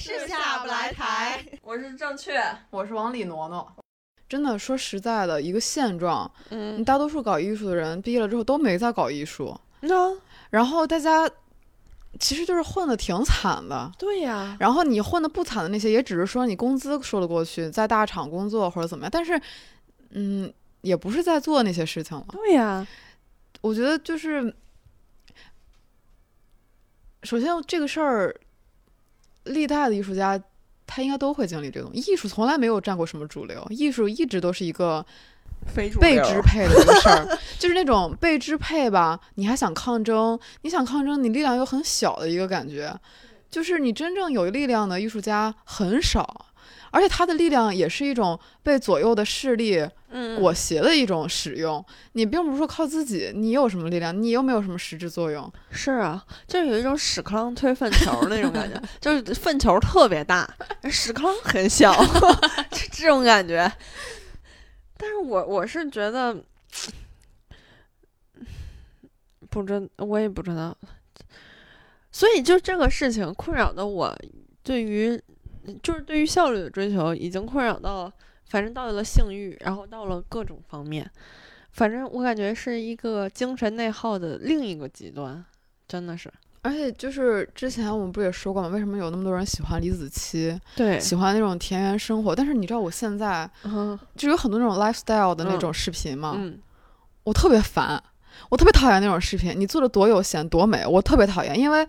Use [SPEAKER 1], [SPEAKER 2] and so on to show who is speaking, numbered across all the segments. [SPEAKER 1] 是下不来台。
[SPEAKER 2] 我是正确，
[SPEAKER 3] 我是往里挪挪。真的说实在的，一个现状，
[SPEAKER 1] 嗯
[SPEAKER 3] 你，大多数搞艺术的人毕业了之后都没再搞艺术，
[SPEAKER 1] 那、
[SPEAKER 3] 然后大家其实就是混的挺惨的。
[SPEAKER 1] 对呀、
[SPEAKER 3] 然后你混的不惨的那些，也只是说你工资说得过去，在大厂工作或者怎么样，但是，嗯，也不是在做那些事情了。
[SPEAKER 1] 对呀、
[SPEAKER 3] 我觉得就是，首先这个事儿，历代的艺术家他应该都会经历这种，艺术从来没有占过什么主流，艺术一直都是一个
[SPEAKER 1] 非主
[SPEAKER 3] 被
[SPEAKER 1] 流
[SPEAKER 3] 支配的一个事 儿，就是那种被支配吧，你还想抗争，你想抗争，你力量又很小的一个感觉，就是你真正有力量的艺术家很少。而且他的力量也是一种被左右的势力
[SPEAKER 1] 嗯，
[SPEAKER 3] 裹挟的一种使用，你并不是说靠自己，你有什么力量，你又没有什么实质作用。
[SPEAKER 1] 是啊，就是有一种屎壳郎推粪球儿那种感觉， 就是粪球儿特别大，屎壳郎很小， 这这种感觉。但是我我是觉得，不知我也不知道，所以就这个事情困扰的我，对于就是对于效率的追求已经困扰到，反正到了性欲，然后到了各种方面，反正我感觉是一个精神内耗的另一个极端，真的是
[SPEAKER 3] 而且就是之前我们不也说过吗？为什么有那么多人喜欢李子柒，
[SPEAKER 1] 对
[SPEAKER 3] 喜欢那种田园生活？但是你知道我现在
[SPEAKER 1] 嗯
[SPEAKER 3] 就有很多那种 lifestyle 的那
[SPEAKER 1] 嗯
[SPEAKER 3] 种视频嘛，
[SPEAKER 1] 嗯，
[SPEAKER 3] 我特别烦，我特别讨厌那种视频。你做的多有闲多美，我特别讨厌，因为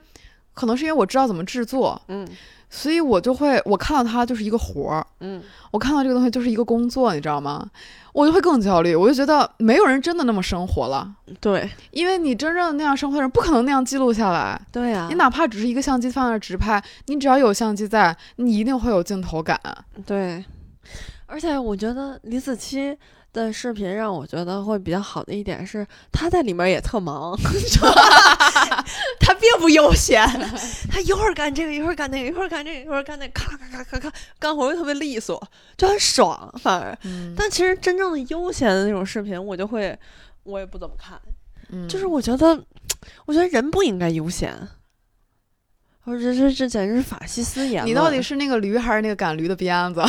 [SPEAKER 3] 可能是因为我知道怎么制作，
[SPEAKER 1] 嗯
[SPEAKER 3] 所以我就会我看到它就是一个活儿，
[SPEAKER 1] 嗯，
[SPEAKER 3] 我看到这个东西就是一个工作，你知道吗？我就会更焦虑，我就觉得没有人真的那么生活了。
[SPEAKER 1] 对
[SPEAKER 3] 因为你真正那样生活的人不可能那样记录下来。
[SPEAKER 1] 对啊
[SPEAKER 3] 你，哪怕只是一个相机放那儿直拍，你只要有相机在，你一定会有镜头感。
[SPEAKER 1] 对，而且我觉得李子柒的视频让我觉得会比较好的一点是，她在里面也特忙， 她并不悠闲， 她一会儿干这个，一会儿干那个，一会儿干这个，一会儿干那个，咔咔咔咔咔，干活又特别利索，就很爽，反而。
[SPEAKER 3] 嗯，
[SPEAKER 1] 但其实真正的悠闲的那种视频，我就会，我也不怎么看。
[SPEAKER 3] 嗯
[SPEAKER 1] 就是我觉得，我觉得人不应该悠闲。我这这这简直是法西斯言论！
[SPEAKER 3] 你到底是那个驴还是那个赶驴的鞭子？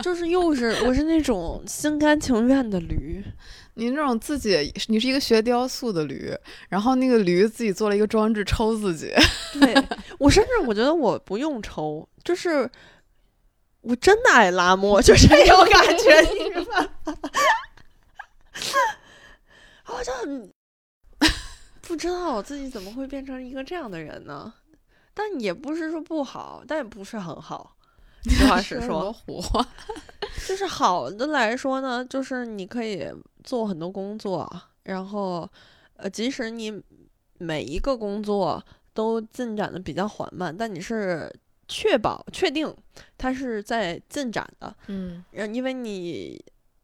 [SPEAKER 1] 就是又是我是那种心甘情愿的驴，
[SPEAKER 3] 你那种自己，你是一个学雕塑的驴，然后那个驴自己做了一个装置抽 自己。
[SPEAKER 1] 对我甚至我觉得我不用抽，就是我真的爱拉磨，就这种感觉，你知道吗？ 我就很 不知道我自己怎么会变成一个这样的人呢？但也不是说不好，但也不是很好。实话 实
[SPEAKER 3] 什
[SPEAKER 1] 说
[SPEAKER 3] 么，胡话。
[SPEAKER 1] 就是好的来说呢，就是你可以做很多工作，然后，呃，即使你每一个工作都进展的比较缓慢，但你是确保确定它是在进展的，
[SPEAKER 3] 嗯
[SPEAKER 1] 呃因为你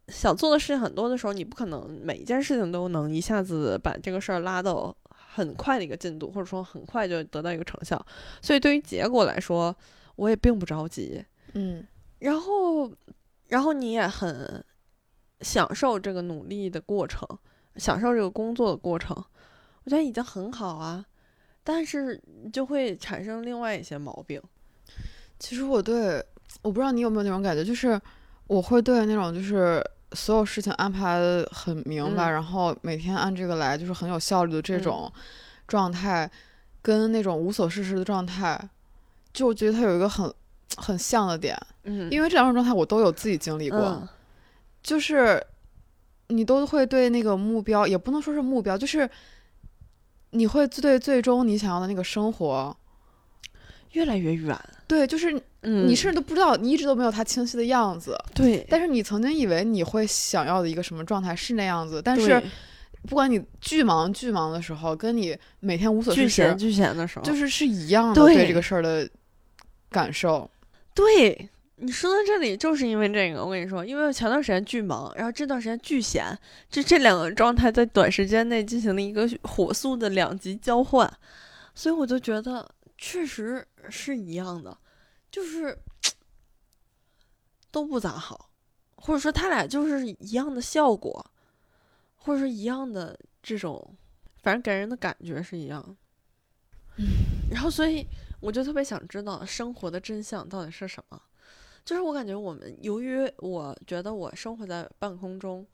[SPEAKER 1] 想做的事情很多的时候，你不可能每一件事情都能一下子把这个事儿拉到很快的一个进度，或者说很快就得到一个成效，所以对于结果来说，我也并不着急，
[SPEAKER 3] 嗯
[SPEAKER 1] 然后，然后你也很享受这个努力的过程，享受这个工作的过程，我觉得已经很好啊。但是就会产生另外一些毛病。
[SPEAKER 3] 其实我对，我不知道你有没有那种感觉，就是我会对那种就是所有事情安排得很明白，
[SPEAKER 1] 嗯
[SPEAKER 3] 然后每天按这个来，就是很有效率的这种状态，跟那种无所事事的状态，就我觉得它有一个很很像的点，
[SPEAKER 1] 嗯
[SPEAKER 3] 因
[SPEAKER 1] 为
[SPEAKER 3] 为这两种状态我都有自己经历过，
[SPEAKER 1] 嗯、
[SPEAKER 3] 就是你都会对那个目标，也不能说是目标，就是你会对最终你想要的那个生活。
[SPEAKER 1] 越来越远。
[SPEAKER 3] 对，就是
[SPEAKER 1] 嗯
[SPEAKER 3] 你甚至都不知道，你一直都没有它清晰的样子。
[SPEAKER 1] 对，
[SPEAKER 3] 但是你曾经以为你会想要的一个什么状态是那样子，但
[SPEAKER 1] 对
[SPEAKER 3] 是不管你巨忙巨忙的时候，跟你每天无所
[SPEAKER 1] 巨
[SPEAKER 3] 事
[SPEAKER 1] 闲
[SPEAKER 3] 事，
[SPEAKER 1] 巨闲的时候，
[SPEAKER 3] 就是是一样的
[SPEAKER 1] 对
[SPEAKER 3] 对这个事儿的感受。
[SPEAKER 1] 对你说到这里，就是因为这个，我跟你说，因为我前段时间巨忙，然后这段时间巨闲，就这两个状态在短时间内进行了一个火速的两极交换，所以我就觉得确实是一样的，就是都不咋好，或者说他俩就是一样的效果，或者说一样的这种，反正给人的感觉是一样的。然后所以我就特别想知道生活的真相到底是什么。就是我感觉我们，由于我觉得我生活在半空中，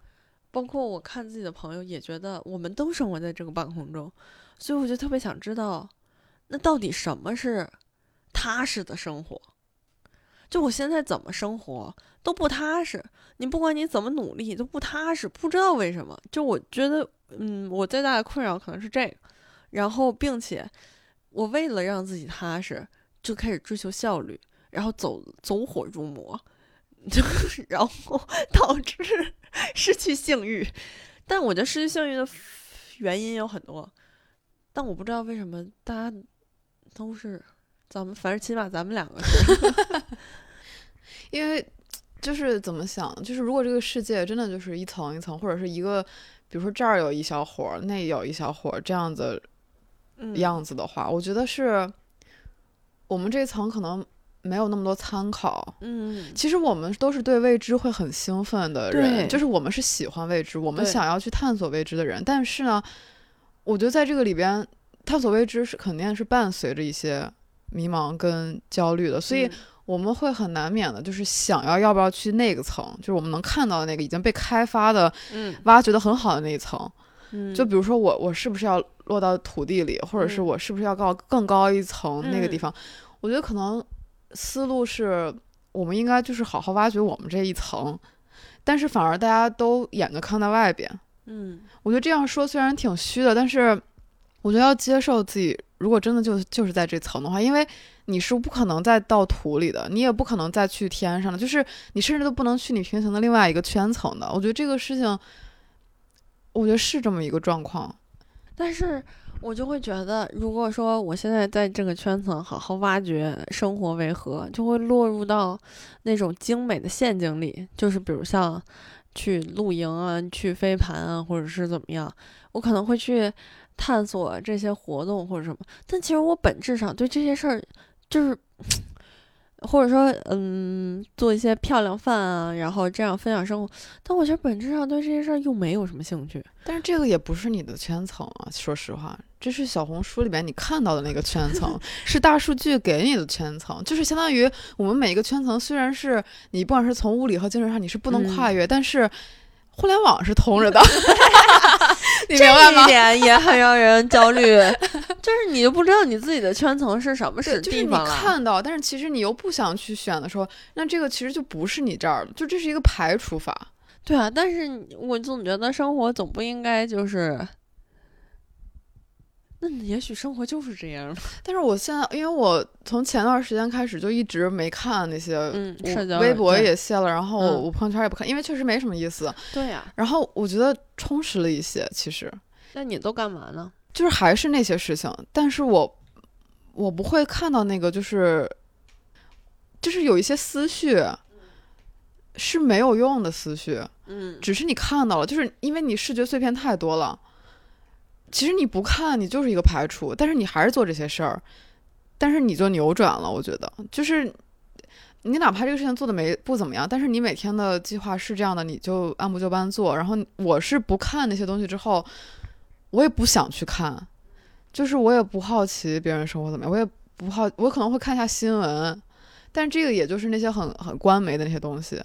[SPEAKER 1] 包括我看自己的朋友也觉得我们都生活在这个半空中，所以我就特别想知道，那到底什么是踏实的生活？就我现在怎么生活都不踏实，你不管你怎么努力都不踏实，不知道为什么。就我觉得，嗯，我最大的困扰可能是这个，然后并且我为了让自己踏实，就开始追求效率，然后走走火入魔， 就是然后 导致失去性欲。但我觉得失去性欲的原因有很多，但我不知道为什么大家都是咱们，反正起码咱们两个是。
[SPEAKER 3] 因为就是怎么想，就是如果这个世界真的就是一层一层，或者是一个，比如说这儿有一小伙儿，那有一小伙儿这样子
[SPEAKER 1] 嗯
[SPEAKER 3] 样子的话，我觉得是我们这一层可能没有那么多参考。
[SPEAKER 1] 嗯，
[SPEAKER 3] 其实我们都是对未知会很兴奋的人，
[SPEAKER 1] 对
[SPEAKER 3] 就是我们是喜欢未知，我们
[SPEAKER 1] 对
[SPEAKER 3] 想要去探索未知的人。但是呢，我觉得在这个里边，探索未知是肯定是伴随着一些迷茫跟焦虑的，所以
[SPEAKER 1] 嗯
[SPEAKER 3] 我们会很难免的，就是想要要不要去那个层，就是我们能看到的那个已经被开发的、
[SPEAKER 1] 嗯
[SPEAKER 3] 挖掘的很好的那一层。
[SPEAKER 1] 嗯，
[SPEAKER 3] 就比如说我，我是不是要落到土地里，或者是
[SPEAKER 1] 嗯
[SPEAKER 3] 我是不是要到更高一层那个地
[SPEAKER 1] 嗯
[SPEAKER 3] 方？我觉得可能思路是我们应该就是好好挖掘我们这一层，但是反而大家都眼睛看在外边。
[SPEAKER 1] 嗯
[SPEAKER 3] 我觉得这样说虽然挺虚的，但是我觉得要接受自己，如果真的就就是在这层的话，因为你是不可能再到土里的，你也不可能再去天上的，就是你甚至都不能去你平行的另外一个圈层的。我觉得这个事情，我觉得是这么一个状况。
[SPEAKER 1] 但是我就会觉得，如果说我现在在这个圈层好好挖掘生活为何，就会落入到那种精美的陷阱里，就是比如像去露营啊、去飞盘啊，或者是怎么样，我可能会去探索这些活动或者什么。但其实我本质上对这些事儿就是。或者说，嗯，做一些漂亮饭啊，然后这样分享生活。但我其实本质上对这些事儿又没有什么兴趣。
[SPEAKER 3] 但是这个也不是你的圈层啊，说实话，这是小红书里边你看到的那个 圈层，是大数据给你的圈层，就是相当于我们每一个圈层，虽然是你不管是从物理和精神上你是不能
[SPEAKER 1] 嗯
[SPEAKER 3] 跨越，但是互联网是通 着的，你明白
[SPEAKER 1] 这一
[SPEAKER 3] 吗？
[SPEAKER 1] 点也很让人焦 虑，就是你就不知道你自己的圈层是什么
[SPEAKER 3] 对，
[SPEAKER 1] 是
[SPEAKER 3] 就是
[SPEAKER 1] 地
[SPEAKER 3] 你
[SPEAKER 1] 方啊了。
[SPEAKER 3] 看到，但是其实你又不想去选的时候，那这个其实就不是你这儿了，就这是一个排除法。
[SPEAKER 1] 对啊，但是你我总觉得生活总不应该就是，那你也许生活就是这样的。
[SPEAKER 3] 但是我现在，因为我从前段时间开始就一直没看那些
[SPEAKER 1] 嗯，
[SPEAKER 3] 我
[SPEAKER 1] 社交
[SPEAKER 3] 微
[SPEAKER 1] 软
[SPEAKER 3] 博
[SPEAKER 1] 件
[SPEAKER 3] 也卸了，然后
[SPEAKER 1] 嗯
[SPEAKER 3] 我朋友圈也不看，因为确实没什么意思。
[SPEAKER 1] 对呀、
[SPEAKER 3] 然后我觉得充实了一些，其实
[SPEAKER 1] 那你都干嘛呢？
[SPEAKER 3] 就是还是那些事情，但是我我不会看到那个就是就是有一些思绪是没有用的思绪，
[SPEAKER 1] 嗯，
[SPEAKER 3] 只是你看到了，就是因为你视觉碎片太多了。其实你不看，你就是一个排除，但是你还是做这些事儿，但是你就扭转了。我觉得，就是你哪怕这个事情做的没不怎么样，但是你每天的计划是这样的，你就按部就班做。然后我是不看那些东西之后，我也不想去看，就是我也不好奇别人生活怎么样，我也不好，我可能会看一下新闻，但这个也就是那些很很官媒的那些东西。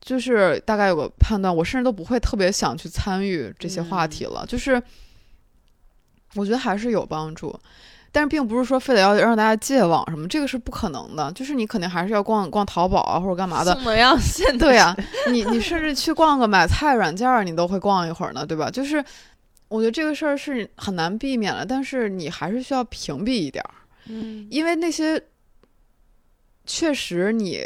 [SPEAKER 3] 就是大概有个判断，我甚至都不会特别想去参与这些话题了。就是我觉得还是有帮助，但是并不是说非得要让大家戒网什么，这个是不可能的。就是你肯定还是要逛逛淘宝啊，或者干嘛的。
[SPEAKER 1] 宋德阳 现
[SPEAKER 3] 对呀、你你甚至去逛个买菜软件，儿，你都会逛一会儿呢，对吧？就是我觉得这个事儿是很难避免的，但是你还是需要屏蔽一点。儿。
[SPEAKER 1] 嗯
[SPEAKER 3] 因为那些确实你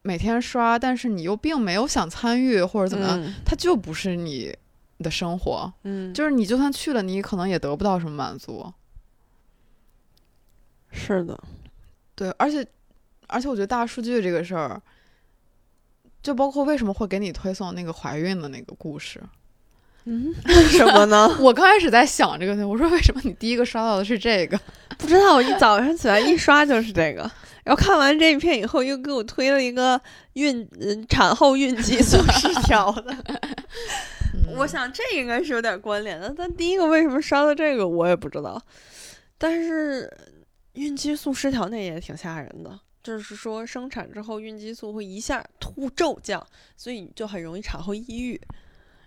[SPEAKER 3] 每天刷，但是你又并没有想参与或者怎么样，
[SPEAKER 1] 嗯
[SPEAKER 3] 它就不是你的生活。
[SPEAKER 1] 嗯，
[SPEAKER 3] 就是你就算去了，你可能也得不到什么满足。
[SPEAKER 1] 是的，
[SPEAKER 3] 对，而且而且我觉得大数据这个事儿，就包括为什么会给你推送那个怀孕的那个故事。
[SPEAKER 1] 嗯，为什么呢？
[SPEAKER 3] 我刚开始在想这个问题，我说为什么你第一个刷到的是这个？
[SPEAKER 1] 不知道，我一早上起来一刷就是这 个，然后看完这一篇以后，又给我推了一个孕，嗯，产后孕激素失调的。
[SPEAKER 3] 嗯
[SPEAKER 1] 我想这应该是有点关联的，但第一个为什么刷到这个我也不知道。但是孕激素失调那也挺吓人的，就是说生产之后孕激素会一下突骤降，所以就很容易产后抑郁。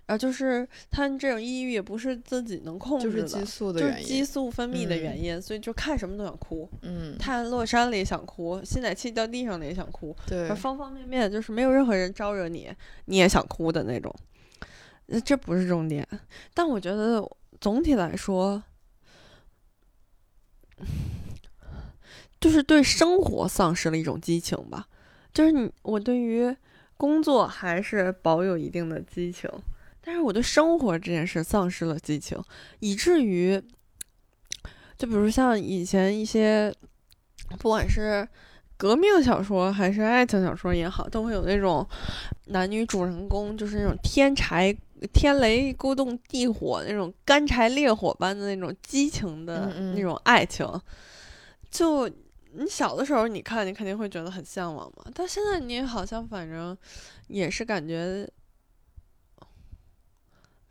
[SPEAKER 1] 然、后就是他这种抑郁也不是自己能控
[SPEAKER 3] 就
[SPEAKER 1] 制
[SPEAKER 3] 是
[SPEAKER 1] 的，
[SPEAKER 3] 激素的
[SPEAKER 1] 就是
[SPEAKER 3] 原
[SPEAKER 1] 激
[SPEAKER 3] 因。
[SPEAKER 1] 素分泌的
[SPEAKER 3] 嗯
[SPEAKER 1] 原因，所以就看什么都想哭，
[SPEAKER 3] 嗯，
[SPEAKER 1] 太阳落山了也想哭，吸奶器掉地上了也想哭，
[SPEAKER 3] 对
[SPEAKER 1] 而，方方面面就是没有任何人招惹你，你也想哭的那种。呃这不是重点，但我觉得总体来说，就是对生活丧失了一种激情吧。就是你，我对于工作还是保有一定的激情，但是我对生活这件事丧失了激情，以至于，就比如像以前一些，不管是革命小说还是爱情小说也好，都会有那种男女主人公就是那种天柴天雷勾动地火那种干柴烈火般的那种激情的
[SPEAKER 3] 嗯嗯
[SPEAKER 1] 那种爱情。就你小的时候，你看你肯定会觉得很向往嘛，但现在你好像反正也是感觉。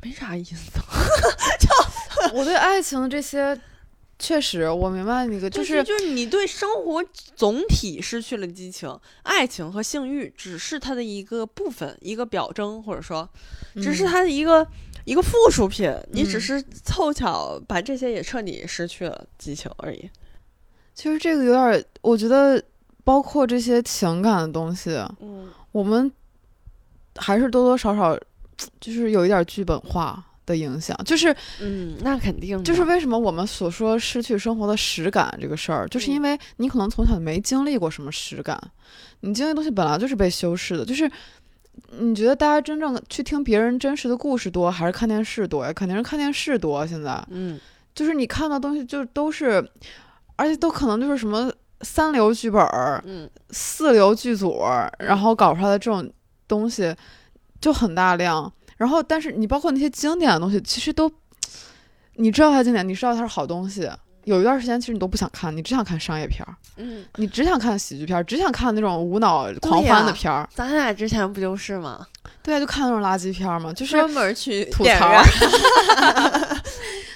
[SPEAKER 1] 没啥意思，
[SPEAKER 3] 我对爱情这些，确实我明白你的，就
[SPEAKER 1] 就是是就是你对生活总体失去了激情，爱情和性欲只是它的一个部分，一个表征，或者说只是
[SPEAKER 3] 嗯
[SPEAKER 1] 它的一个、一个附属品，你只
[SPEAKER 3] 嗯
[SPEAKER 1] 是凑巧把这些也彻底失去了激情而已。
[SPEAKER 3] 其实这个有点儿，我觉得包括这些情感的东西，
[SPEAKER 1] 嗯，
[SPEAKER 3] 我们还是多多少少就是有一点儿剧本化的影响。就是
[SPEAKER 1] 嗯，那肯定的
[SPEAKER 3] 就是为什么我们所说失去生活的实感这个事儿，就是因为你可能从小没经历过什么实感，你经历的东西本来就是被修饰的，就是。你觉得大家真正去听别人真实的故事多，还是看电视多呀？肯定是看电视多啊。现在，
[SPEAKER 1] 嗯，
[SPEAKER 3] 就是你看到东西就都是，而且都可能就是什么三流剧本儿、
[SPEAKER 1] 嗯
[SPEAKER 3] 四流剧组儿，然后搞出来的这种东西就很大量。然后，但是你包括那些经典的东西，其实都你知道它经典，你知道它是好东西。有一段时间，其实你都不想看，你只想看商业片儿，
[SPEAKER 1] 嗯，
[SPEAKER 3] 你只想看喜剧片儿，只想看那种无脑狂欢的片儿。
[SPEAKER 1] 咱俩之前不就是吗？
[SPEAKER 3] 对啊，就看那种垃圾片儿嘛，就是
[SPEAKER 1] 专门去
[SPEAKER 3] 吐
[SPEAKER 1] 电影
[SPEAKER 3] 槽
[SPEAKER 1] 院
[SPEAKER 3] 儿。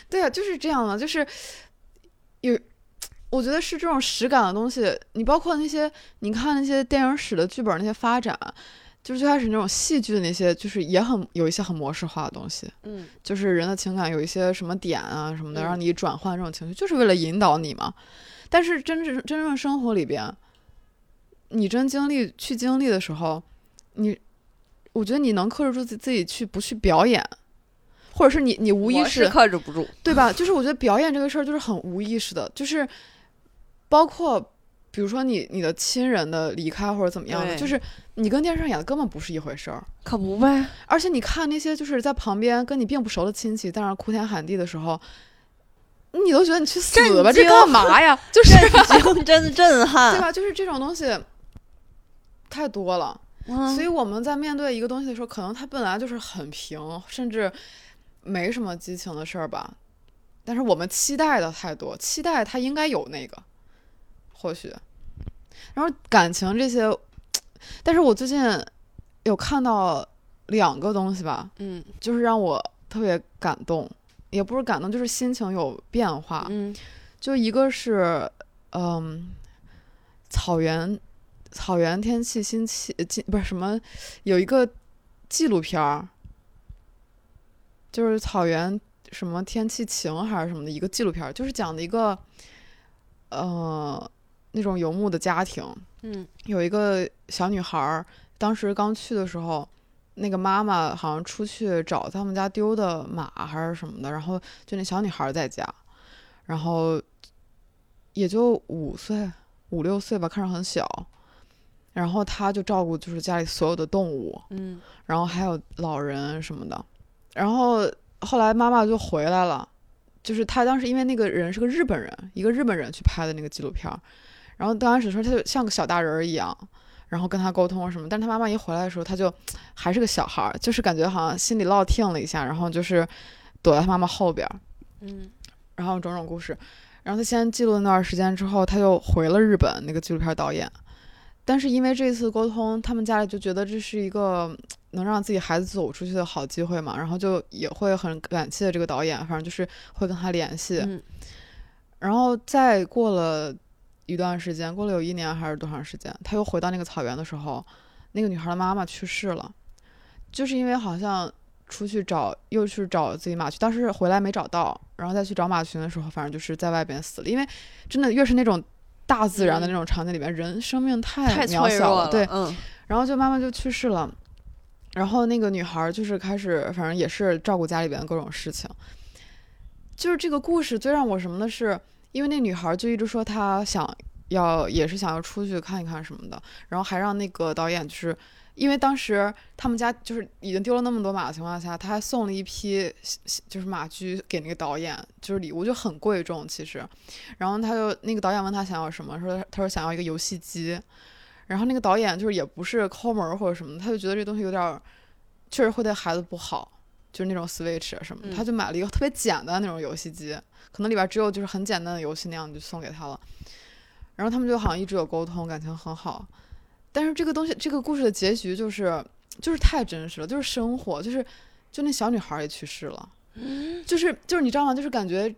[SPEAKER 3] 对啊，就是这样的，就是有，我觉得是这种实感的东西。你包括那些，你看那些电影史的剧本那些发展，啊就是最开始那种戏剧的那些，就是也很有一些很模式化的东西，
[SPEAKER 1] 嗯
[SPEAKER 3] 就是人的情感有一些什么点啊什么的，
[SPEAKER 1] 嗯
[SPEAKER 3] 让你转换这种情绪，就是为了引导你嘛。但是真正真正生活里边，你真经历去经历的时候，你我觉得你能克制住自己自己去不去表演。或者是你，你无意
[SPEAKER 1] 我
[SPEAKER 3] 识
[SPEAKER 1] 是克制不住。
[SPEAKER 3] 对吧？就是我觉得表演这个事儿就是很无意识的，就是包括比如说你你的亲人的离开或者怎么样的，
[SPEAKER 1] 对
[SPEAKER 3] 就是你跟电视上演的根本不是一回事儿。
[SPEAKER 1] 可不呗，
[SPEAKER 3] 而且你看那些就是在旁边跟你并不熟的亲戚在那儿哭天喊地的时候，你都觉得你去死吧，
[SPEAKER 1] 震惊
[SPEAKER 3] 这干 嘛呀？就是
[SPEAKER 1] 震
[SPEAKER 3] 嗯
[SPEAKER 1] 真的震
[SPEAKER 3] 对
[SPEAKER 1] 撼。
[SPEAKER 3] 吧？就是这种东西太多了。
[SPEAKER 1] 嗯
[SPEAKER 3] 所以我们在面对一个东西的时候，可能它本来就是很平，甚至没什么激情的事儿吧。但是我们期待的太多，期待它应该有那个，或许。然后感情这些，但是我最近有看到两个东西吧，
[SPEAKER 1] 嗯
[SPEAKER 3] 就是让我特别感动，也不是感动，就是心情有变化。
[SPEAKER 1] 嗯
[SPEAKER 3] 就一个是，嗯，草原，草原天气新气，呃纪不是什么，有一个纪录片儿，就是草原什么天气晴还是什么的一个纪录片儿，就是讲的一个，呃，那种游牧的家庭，
[SPEAKER 1] 嗯
[SPEAKER 3] 有一个小女孩儿，当时刚去的时候，那个妈妈好像出去找他们家丢的马还是什么的，然后就那小女孩儿在家，然后也就五岁五六岁吧，看着很小，然后她就照顾就是家里所有的动物，
[SPEAKER 1] 嗯
[SPEAKER 3] 然后还有老人什么的。然后后来妈妈就回来了，就是她当时因为那个人是个日本人，一个日本人去拍的那个纪录片儿。然后刚开始的时候，她就像个小大人儿一样，然后跟她沟通啊什么。但是她妈妈一回来的时候，她就还是个小孩儿，就是感觉好像心里落听了一下，然后就是躲在她妈妈后边儿，
[SPEAKER 1] 嗯
[SPEAKER 3] 然后种种故事。然后她先记录了那段时间之后，她又回了日本那个纪录片导演。但是因为这次沟通，他们家里就觉得这是一个嗯能让自己孩子走出去的好机会嘛，然后就也会很感谢这个导演，反正就是会跟他联系。
[SPEAKER 1] 嗯
[SPEAKER 3] 然后再过了一段时间，过了有一年还是多长时间，他又回到那个草原的时候，那个女孩的妈妈去世了，就是因为好像出去找又去找自己马群，当时回来没找到，然后再去找马群的时候，反正就是在外边死了。因为真的越是那种大自然的那种场景里面，人生命太
[SPEAKER 1] 嗯太
[SPEAKER 3] 渺
[SPEAKER 1] 脆
[SPEAKER 3] 小
[SPEAKER 1] 弱了，
[SPEAKER 3] 对，
[SPEAKER 1] 嗯，
[SPEAKER 3] 然后就妈妈就去世了，然后那个女孩儿就是开始，反正也是照顾家里边各种事情。就是这个故事最让我什么的是，因为那女孩儿就一直说她想要，也是想要出去看一看什么的，然后还让那个导演就是。因为当时他们家就是已经丢了那么多马的情况下，他还送了一批就是马驹给那个导演，就是礼物就很贵重其实。然后他就那个导演问他想要什么，说他说想要一个游戏机，然后那个导演就是也不是抠门儿或者什么的，他就觉得这东西有点儿，确实会对孩子不好，就是那种 Switch 啊什么的，
[SPEAKER 1] 嗯
[SPEAKER 3] 他就买了一个特别简单的那种游戏机，可能里边只有就是很简单的游戏那样，就送给他了。然后他们就好像一直有沟通，感情很好。但是这个东西，这个故事的结局就是就是太真实了，就是生活，就是就那小女孩儿也去世了，就是就是你知道吗？就是感觉，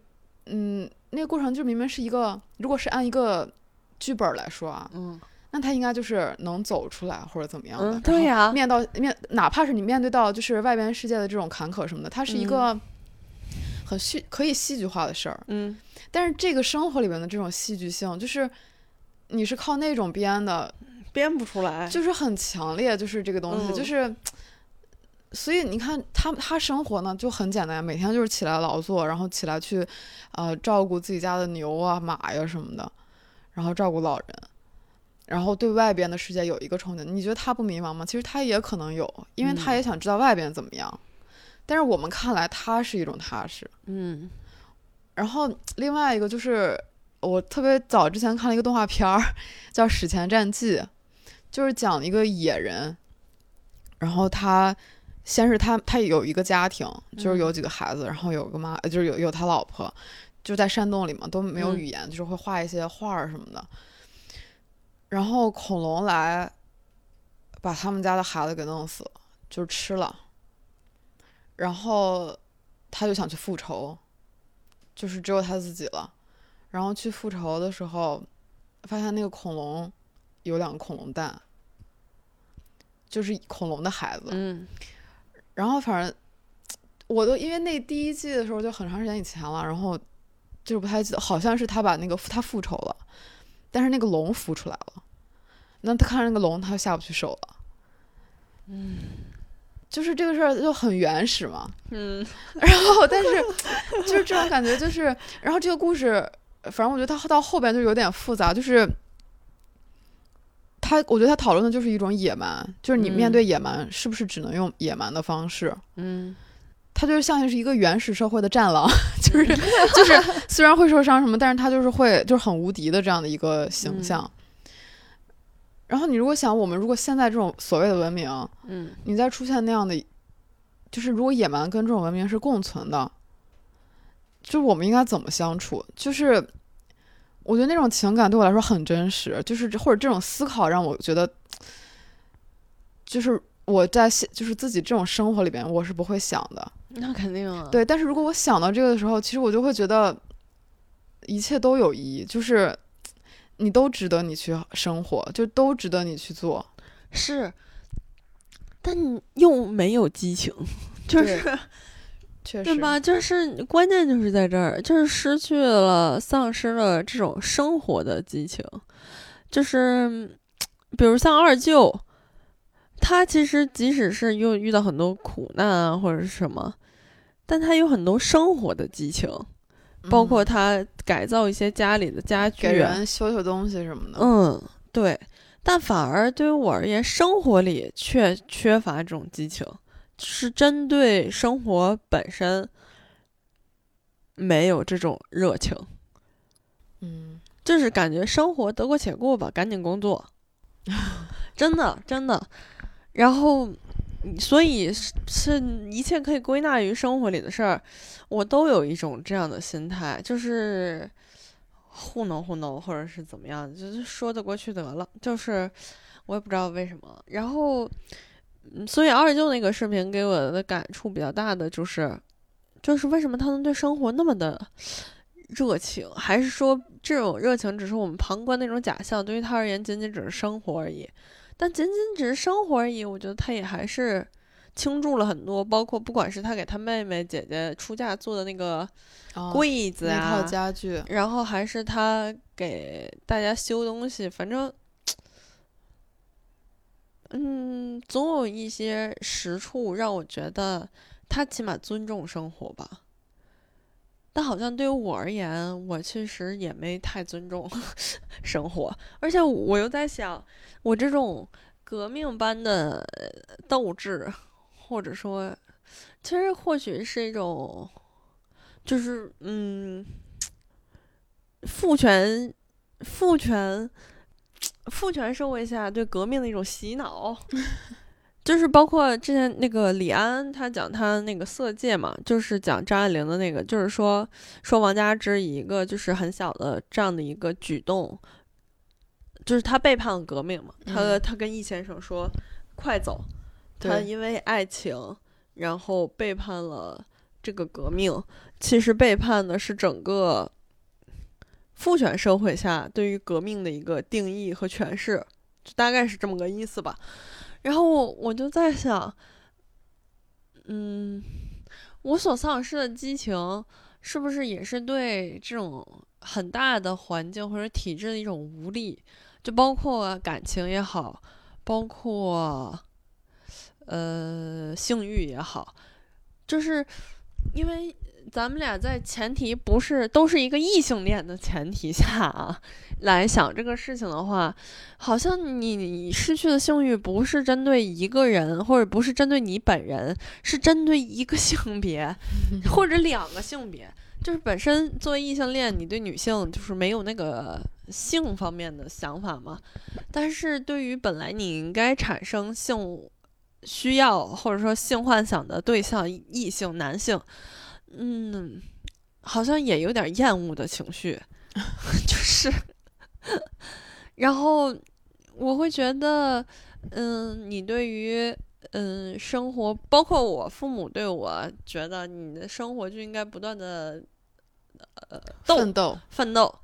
[SPEAKER 3] 嗯，那个过程就明明是一个，如果是按一个剧本儿来说啊，
[SPEAKER 1] 嗯
[SPEAKER 3] 那他应该就是能走出来或者怎么样的。
[SPEAKER 1] 嗯，对、呀、
[SPEAKER 3] 面到面，哪怕是你面对到就是外边世界的这种坎坷什么的，它是一个很戏可以戏剧化的事儿。
[SPEAKER 1] 嗯，
[SPEAKER 3] 但是这个生活里面的这种戏剧性，就是你是靠那种编的，
[SPEAKER 1] 编不出来，
[SPEAKER 3] 就是很强烈，就是这个东西，
[SPEAKER 1] 嗯
[SPEAKER 3] 就是。所以你看他他生活呢就很简单，每天就是起来劳作，然后起来去，呃，照顾自己家的牛啊、马呀、什么的，然后照顾老人，然后对外边的世界有一个憧憬。你觉得他不迷茫吗？其实他也可能有，因为他也想知道外边怎么样。但是我们看来，他是一种踏实，
[SPEAKER 1] 嗯
[SPEAKER 3] 然后另外一个就是我特别早之前看了一个动画片儿，叫《史前战记》，就是讲一个野人，然后他先是他他有一个家庭，就是有几个孩子，然后有个妈，呃就是有有他老婆，就在山洞里嘛，都没有
[SPEAKER 1] 嗯
[SPEAKER 3] 语言，就是会画一些画儿什么的。然后恐龙来把他们家的孩子给弄死了，就是吃了。然后他就想去复仇，就是只有他自己了。然后去复仇的时候，发现那个恐龙有两个恐龙蛋，就是恐龙的孩子。
[SPEAKER 1] 嗯
[SPEAKER 3] 然后反正我都因为那第一季的时候就很长时间以前了，然后就是不太记得，好像是他把那个他复仇了，但是那个龙孵出来了，那他看着那个龙，他下不去手了。嗯，就是这个事儿就很原始嘛，
[SPEAKER 1] 嗯，
[SPEAKER 3] 然后，但是 就是这种感觉，就是，然后这个故事，反正我觉得它到后边就有点复杂，就是他，我觉得他讨论的就是一种野蛮，就是你面
[SPEAKER 1] 嗯
[SPEAKER 3] 对野蛮，是不是只能用野蛮的方式？
[SPEAKER 1] 嗯
[SPEAKER 3] 他就是像是一个原始社会的战狼， 就是就是虽然会受伤什么，但是他就是会就是很无敌的这样的一个形
[SPEAKER 1] 嗯
[SPEAKER 3] 象。然后你如果想，我们如果现在这种所谓的文明，
[SPEAKER 1] 嗯
[SPEAKER 3] 你再出现那样的，就是如果野蛮跟这种文明是共存的，就是我们应该怎么相处？就是我觉得那种情感对我来说很真实，就是这或者这种思考让我觉得，就是我在现就是自己这种生活里边我是不会想的。
[SPEAKER 1] 那肯定啊，
[SPEAKER 3] 对，但是如果我想到这个的时候，其实我就会觉得一切都有意义，就是你都值得你去生活，就都值得你去做。
[SPEAKER 1] 是，但你又没有激情， 就是
[SPEAKER 3] 确实，
[SPEAKER 1] 对吧？就是关键就是在这儿，就是失去了、丧失了这种生活的激情。就是嗯比如像二舅，他其实即使是又遇到很多苦难啊或者是什么，但他有很多生活的激情，包括
[SPEAKER 3] 嗯
[SPEAKER 1] 他改造一些家里的家具
[SPEAKER 3] 给
[SPEAKER 1] 啊，
[SPEAKER 3] 人修修东西什么的。
[SPEAKER 1] 嗯，对。但反而对于我而言，生活里却缺乏这种激情，是针对生活本身没有这种热情，
[SPEAKER 3] 嗯，
[SPEAKER 1] 就是感觉生活得过且过吧，赶紧工作，真的真的。然后，嗯所以是是一切可以归纳于生活里的事儿，我都有一种这样的心态，就是糊弄糊弄，或者是怎么样，就是说得过去得了。就是我也不知道为什么。然后，嗯所以二舅那个视频给我的感触比较大的就是，就是为什么他能对生活那么的热情，还是说这种热情只是我们旁观的一种假象？对于他而言，仅仅只是生活而已。但仅仅只是生活而已，我觉得他也还是倾注了很多，包括不管是他给他妹妹、姐姐出嫁做的那个
[SPEAKER 3] 啊
[SPEAKER 1] 柜子
[SPEAKER 3] 那
[SPEAKER 1] 啊，
[SPEAKER 3] 套家具，
[SPEAKER 1] 然后还是他给大家修东西，反正，嗯，总有一些实处让我觉得他起码尊重生活吧。但好像对于我而言，我确实也没太尊重 生活，而且我又在想，我这种革命般的呃斗志，或者说，其实或许是一种，就是嗯，父权、父权、父权社会下对革命的一种洗脑，就是包括之前那个李安，他讲他那个《色戒》嘛，就是讲张爱玲的那个，就是说说王佳芝以一个就是很小的这样的一个举动，就是他背叛了革命嘛，他、
[SPEAKER 3] 嗯
[SPEAKER 1] 他跟易先生说快走，他
[SPEAKER 3] 对，
[SPEAKER 1] 因为爱情，然后背叛了这个革命。其实背叛的是整个父权社会下对于革命的一个定义和诠释，就大概是这么个意思吧。然后我我就在想，嗯，我所丧失的激情，是不是也是对这种很大的环境或者体制的一种无力？就包括感情也好，包括呃性欲也好，就是因为咱们俩在前提不是都是一个异性恋的前提下啊，来想这个事情的话，好像你你失去的性欲不是针对一个人，或者不是针对你本人，是针对一个性别或者两个性别。就是本身作为异性恋，你对女性就是没有那个性方面的想法嘛，但是对于本来你应该产生性需要或者说性幻想的对象，异性男性，嗯，好像也有点厌恶的情绪， 就是， 然后我会觉得，嗯，你对于。嗯，生活包括我父母对我觉得你的生活就应该不断的呃斗
[SPEAKER 3] 奋斗，
[SPEAKER 1] 奋斗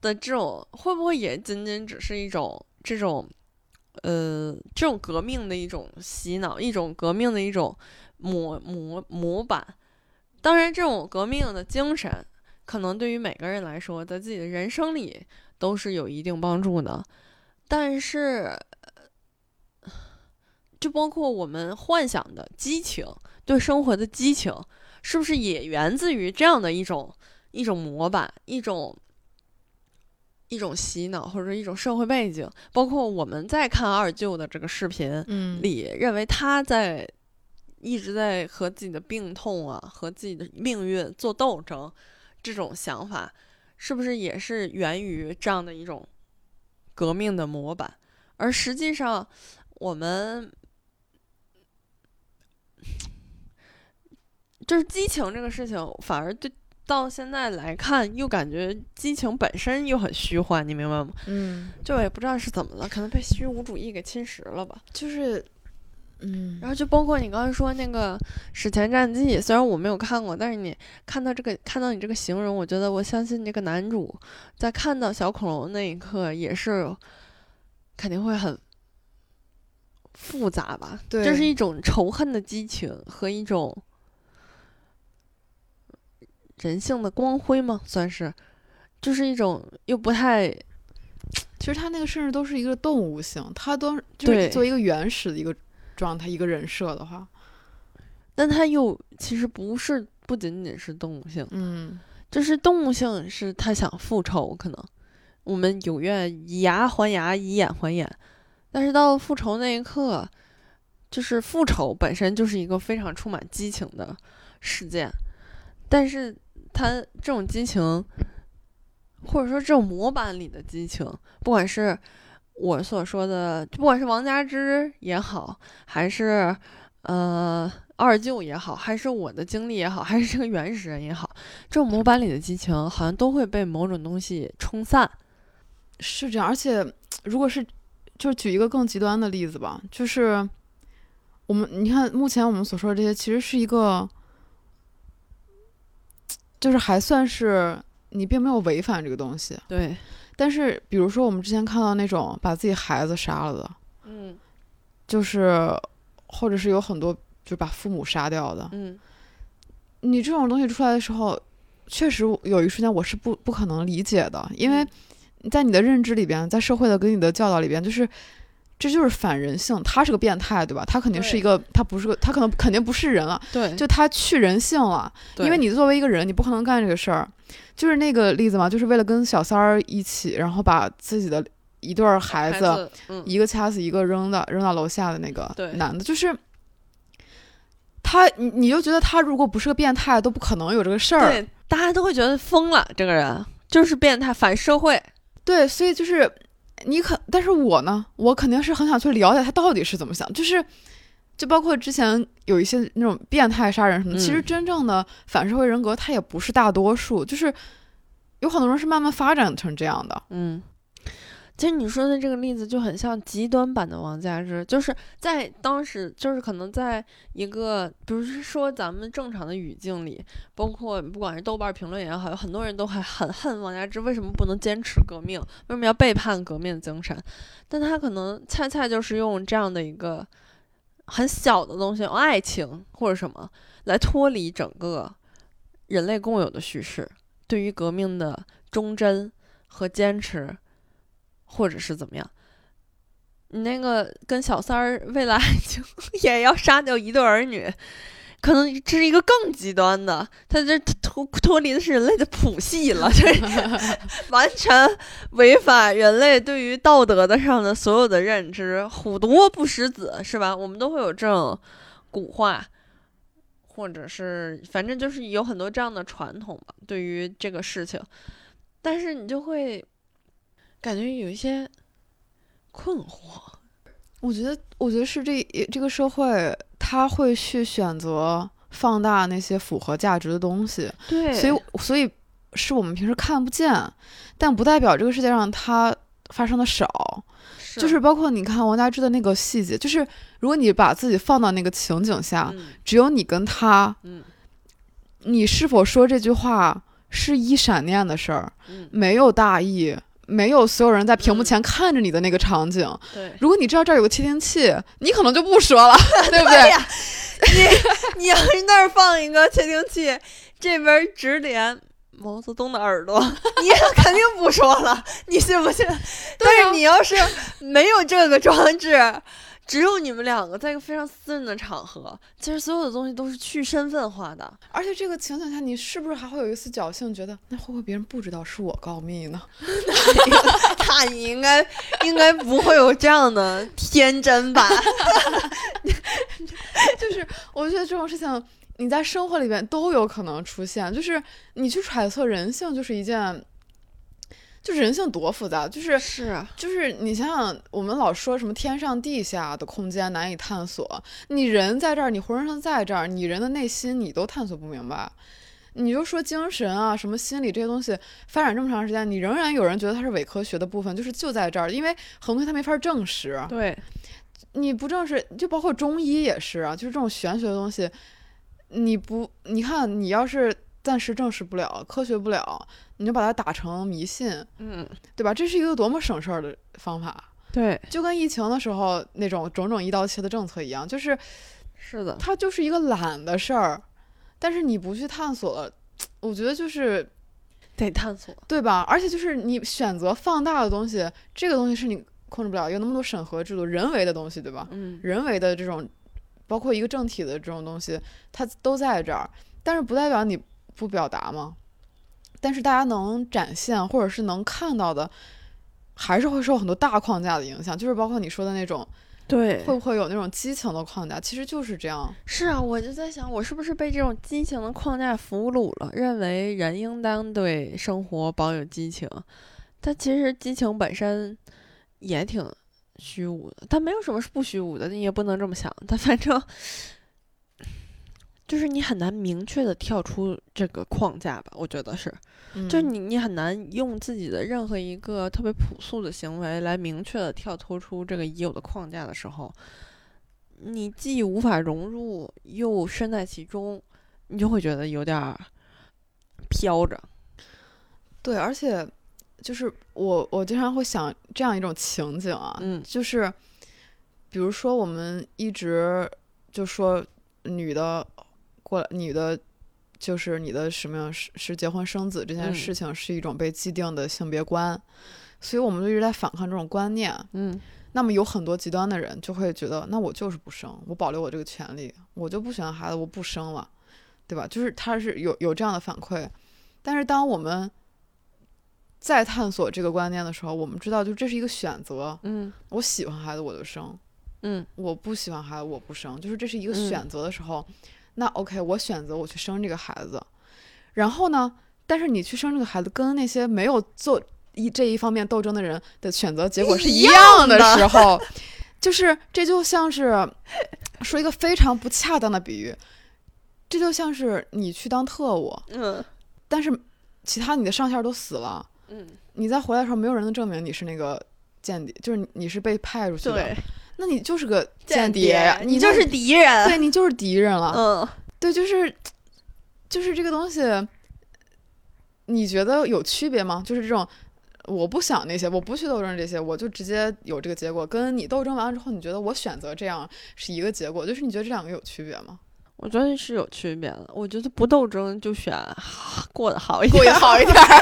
[SPEAKER 1] 的这种，会不会也仅仅只是一种这种，呃，这种革命的一种洗脑，一种革命的一种模模模板？当然，这种革命的精神，可能对于每个人来说，在自己的人生里都是有一定帮助的。但是，就包括我们幻想的激情，对生活的激情，是不是也源自于这样的一种一种模板，一种一种洗脑，或者说一种社会背景？包括我们在看二舅的这个视频，
[SPEAKER 3] 嗯，
[SPEAKER 1] 里认为他在一直在和自己的病痛啊，和自己的命运做斗争，这种想法是不是也是源于这样的一种革命的模板？而实际上，我们就是激情这个事情，反而对到现在来看，又感觉激情本身又很虚幻，你明白吗？
[SPEAKER 3] 嗯，
[SPEAKER 1] 就我也不知道是怎么了，可能被虚无主义给侵蚀了吧。
[SPEAKER 3] 就是，嗯，
[SPEAKER 1] 然后就包括你刚才说那个《史前战记》，虽然我没有看过，但是你看到这个看到你这个形容，我觉得我相信这个男主在看到小恐龙那一刻也是肯定会很复杂吧？
[SPEAKER 3] 对
[SPEAKER 1] 这是一种仇恨的激情和一种人性的光辉吗？算是，就是一种又不太
[SPEAKER 3] 其实他那个甚至都是一个动物性，他都就是
[SPEAKER 1] 对
[SPEAKER 3] 作为一个原始的一个状态，一个人设的话，
[SPEAKER 1] 但它又其实不是不仅仅是动物性。
[SPEAKER 3] 嗯，
[SPEAKER 1] 就是动物性是它想复仇，可能我们有愿以牙还牙，以眼还眼，但是到复仇那一刻，就是复仇本身就是一个非常充满激情的事件，但是它这种激情，或者说这种模板里的激情，不管是我所说的，不管是王佳芝也好，还是呃二舅也好，还是我的经历也好，还是这个原始人也好，这种模板里的激情好像都会被某种东西冲散。
[SPEAKER 3] 是这样。而且如果是，就是举一个更极端的例子吧，就是我们你看，目前我们所说的这些，其实是一个，就是还算是你并没有违反这个东西。
[SPEAKER 1] 对，
[SPEAKER 3] 但是，比如说我们之前看到那种把自己孩子杀了的，
[SPEAKER 1] 嗯
[SPEAKER 3] 就是或者是有很多就是把父母杀掉的，
[SPEAKER 1] 嗯，
[SPEAKER 3] 你这种东西出来的时候，确实我有一瞬间我是不不可能理解的，因
[SPEAKER 1] 嗯
[SPEAKER 3] 为在你的认知里边，在社会的跟你的教导里边，就是这就是反人性。他是个变态，对吧？他肯定是一个，他不是个，他可能肯定不是人了，
[SPEAKER 1] 对，
[SPEAKER 3] 就他去人性了。
[SPEAKER 1] 嗯对
[SPEAKER 3] 因为你作为一个人，你不可能干这个事儿。就是那个例子嘛，就是为了跟小三儿一起，然后把自己的一对儿孩子，
[SPEAKER 1] 嗯，
[SPEAKER 3] 一个掐死一个扔的，扔到楼下的那个
[SPEAKER 1] 对
[SPEAKER 3] 男的，就是他，你你就觉得他如果不是个变态，都不可能有这个事儿。
[SPEAKER 1] 对，大家都会觉得疯了，这个人就是变态，反社会。
[SPEAKER 3] 对，所以就是你可，但是我呢，我肯定是很想去了解他到底是怎么想，就是就包括之前有一些那种变态杀人什么的，其实
[SPEAKER 1] 嗯
[SPEAKER 3] 真正的反社会人格他也不是大多数，就是有很多人是慢慢发展成这样的。
[SPEAKER 1] 嗯，其实你说的这个例子就很像极端版的王佳芝，就是在当时，就是可能在一个，比如说咱们正常的语境里，包括不管是豆瓣评论也好，有很多人都还很恨王佳芝，为什么不能坚持革命，为什么要背叛革命精神？但他可能恰恰就是用这样的一个很小的东西，爱情或者什么，来脱离整个人类共有的叙事，对于革命的忠贞。和坚持，或者是怎么样。你那个跟小三儿为 了爱情也要杀掉一对儿女，可能这是一个更极端的，他这脱脱离的是人类的谱系了，这 完全违反人类对于道德的上的所有的认知。虎毒不食子是吧？我们都会有这种古话，或者是反正就是有很多这样的传统吧，对于这个事情。但是你就会感觉有一些困惑。
[SPEAKER 3] 我觉得，我觉得是这这个社会他会去选择放大那些符合价值的东西，
[SPEAKER 1] 对
[SPEAKER 3] 所以所以是我们平时看不见，但不代表这个世界上它发生的少。就是包括你看王佳芝的那个细节，就是如果你把自己放到那个情景下，
[SPEAKER 1] 嗯
[SPEAKER 3] 只有你跟他，
[SPEAKER 1] 嗯
[SPEAKER 3] 你是否说这句话是一闪念的事儿，
[SPEAKER 1] 嗯，
[SPEAKER 3] 没有大意，没有所有人在屏幕
[SPEAKER 1] 嗯
[SPEAKER 3] 前看着你的那个场景。
[SPEAKER 1] 对，
[SPEAKER 3] 如果你知道这儿有个窃听器，你可能就不说了，对不
[SPEAKER 1] 哎
[SPEAKER 3] 对？
[SPEAKER 1] 呀，你你要是 那儿放一个窃听器，这边儿指点毛泽东的耳朵， 你也肯定不说了，你信不信？但是你要是没有这个装置。只有你们两个在一个非常私人的场合，其实所有的东西都是去身份化的。
[SPEAKER 3] 而且这个情景下，你是不是还会有一丝侥幸，觉得那会不会别人不知道是我告密呢？
[SPEAKER 1] 那你应该应该不会有这样的天真吧？
[SPEAKER 3] 就是我觉得这种事情你在生活里边都有可能出现，就是你去揣测人性，就是一件，就是人性多复杂，就是
[SPEAKER 1] 是啊，
[SPEAKER 3] 就是你想想，我们老说什么天上地下的空间难以探索，你人在这儿，你浑身在这儿，你人的内心你都探索不明白。你就说精神啊，什么心理这些东西发展这么长时间，你仍然有人觉得它是伪科学的部分，就是就在这儿，因为很多东西它没法证实。
[SPEAKER 1] 对，
[SPEAKER 3] 你不正是就包括中医也是啊，就是这种玄学的东西，你不你看你要是暂时证实不了、科学不了，你就把它打成迷信，
[SPEAKER 1] 嗯，
[SPEAKER 3] 对吧？这是一个多么省事儿的方法，啊
[SPEAKER 1] 对，
[SPEAKER 3] 就跟疫情的时候那种种种一刀切的政策一样，就是
[SPEAKER 1] 是的，
[SPEAKER 3] 它就是一个懒的事儿，但是你不去探索了，我觉得就是
[SPEAKER 1] 得探索。
[SPEAKER 3] 对吧？而且就是你选择放大的东西，这个东西是你控制不了，有那么多审核制度，人为的东西，对吧？
[SPEAKER 1] 嗯，
[SPEAKER 3] 人为的这种，包括一个政体的这种东西，它都在这儿，但是不代表你不表达嘛。但是大家能展现或者是能看到的，还是会受很多大框架的影响，就是包括你说的那种，
[SPEAKER 1] 对
[SPEAKER 3] 会不会有那种激情的框架？其实就是这样。
[SPEAKER 1] 是啊，我就在想，我是不是被这种激情的框架俘虏了？认为人应当对生活保有激情，但其实激情本身也挺虚无的，但没有什么是不虚无的，你也不能这么想。但反正就是你很难明确的跳出这个框架吧，我觉得是。
[SPEAKER 3] 嗯、
[SPEAKER 1] 就是你，你很难用自己的任何一个特别朴素的行为来明确的跳脱出这个已有的框架的时候，你既无法融入，又身在其中，你就会觉得有点儿飘着。
[SPEAKER 3] 对，而且就是我我经常会想这样一种情景啊，
[SPEAKER 1] 嗯
[SPEAKER 3] 就是比如说我们一直就说女的过来，女的就是你的什么呀，是是结婚生子这件
[SPEAKER 1] 嗯
[SPEAKER 3] 事情是一种被既定的性别观，所以我们就一直在反抗这种观念。
[SPEAKER 1] 嗯
[SPEAKER 3] 那么有很多极端的人就会觉得，那我就是不生，我保留我这个权利，我就不喜欢孩子，我不生了，对吧？就是他是有有这样的反馈，但是当我们再探索这个观念的时候，我们知道，就这是一个选择。
[SPEAKER 1] 嗯
[SPEAKER 3] 我喜欢孩子我就生，
[SPEAKER 1] 嗯
[SPEAKER 3] 我不喜欢孩子我不生，就是这是一个
[SPEAKER 1] 嗯
[SPEAKER 3] 选择的时候，那 OK，我选择我去生这个孩子，然后呢，但是你去生这个孩子，跟那些没有做一这一方面斗争的人的选择结果是一样的时候，就是这就像是说一个非常不恰当的比喻，这就像是你去当特务，
[SPEAKER 1] 嗯
[SPEAKER 3] 但是其他你的上线都死了，
[SPEAKER 1] 嗯，
[SPEAKER 3] 你再回来的时候，没有人能证明你是那个间谍，就是你你是被派出去的。
[SPEAKER 1] 对，
[SPEAKER 3] 那你就是个间谍
[SPEAKER 1] 谍
[SPEAKER 3] 呀，，
[SPEAKER 1] 你
[SPEAKER 3] 那
[SPEAKER 1] 就是敌人。
[SPEAKER 3] 对你就是敌人了。
[SPEAKER 1] 嗯
[SPEAKER 3] 对，就是就是这个东西，你觉得有区别吗？就是这种，我不想那些，我不去斗争这些，我就直接有这个结果。跟你斗争完了之后，你觉得我选择这样是一个结果，就是你觉得这两个有区别吗？
[SPEAKER 1] 我觉得是有区别的。我觉得不斗争就选过得好一点，
[SPEAKER 3] 过得好一点。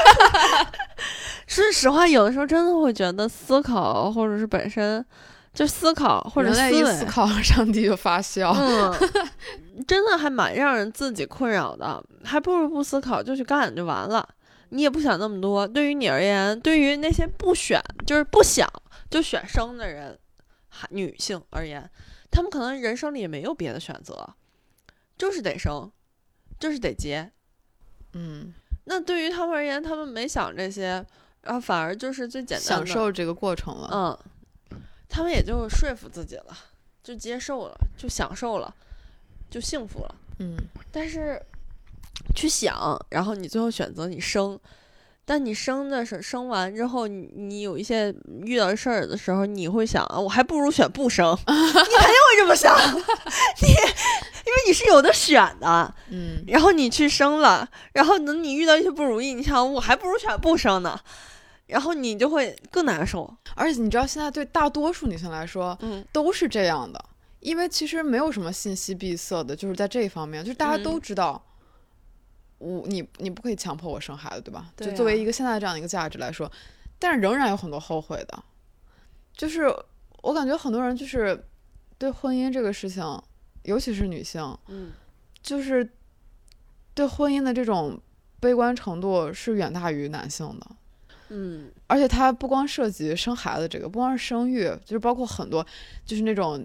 [SPEAKER 1] 说实话，有的时候真的会觉得思考，或者是本身就思考或者
[SPEAKER 3] 人
[SPEAKER 1] 思
[SPEAKER 3] 类一思
[SPEAKER 1] 维，
[SPEAKER 3] 考，上帝就发笑。
[SPEAKER 1] 嗯，真的还蛮让人自己困扰的，还不如不思考就去干就完了。你也不想那么多。对于你而言，对于那些不选就是不想就选生的人，还女性而言，她们可能人生里也没有别的选择，就是得生，就是得结，
[SPEAKER 3] 嗯，
[SPEAKER 1] 那对于他们而言，他们没想这些，然后反而就是最简单的
[SPEAKER 3] 享，受这个过程了。
[SPEAKER 1] 嗯，他们也就说服自己了，就接受了，就享受了，就幸福了。
[SPEAKER 3] 嗯
[SPEAKER 1] 但是去想，然后你最后选择你生，但你生的时候生完之后，你你有一些遇到事儿的时候，你会想，啊我还不如选不生， 你肯定会这么想， 你因为你是有的选的，
[SPEAKER 3] 嗯
[SPEAKER 1] 然后你去生了，然后等你遇到一些不如意，你想我还不如选不生呢，然后你就会更难受。
[SPEAKER 3] 而且你知道，现在对大多数女性来说，
[SPEAKER 1] 嗯
[SPEAKER 3] 都是这样的，因为其实没有什么信息闭塞的，就是在这一方面，就是大家
[SPEAKER 1] 嗯
[SPEAKER 3] 都知道，我你你不可以强迫我生孩子，对吧？
[SPEAKER 1] 对
[SPEAKER 3] 就作
[SPEAKER 1] 啊
[SPEAKER 3] 为一个现在这样的一个价值来说，但是仍然有很多后悔的，就是我感觉很多人就是对婚姻这个事情，尤其是女性，
[SPEAKER 1] 嗯，
[SPEAKER 3] 就是对婚姻的这种悲观程度是远大于男性的。
[SPEAKER 1] 嗯，
[SPEAKER 3] 而且它不光涉及生孩子这个，不光是生育，就是包括很多，就是那种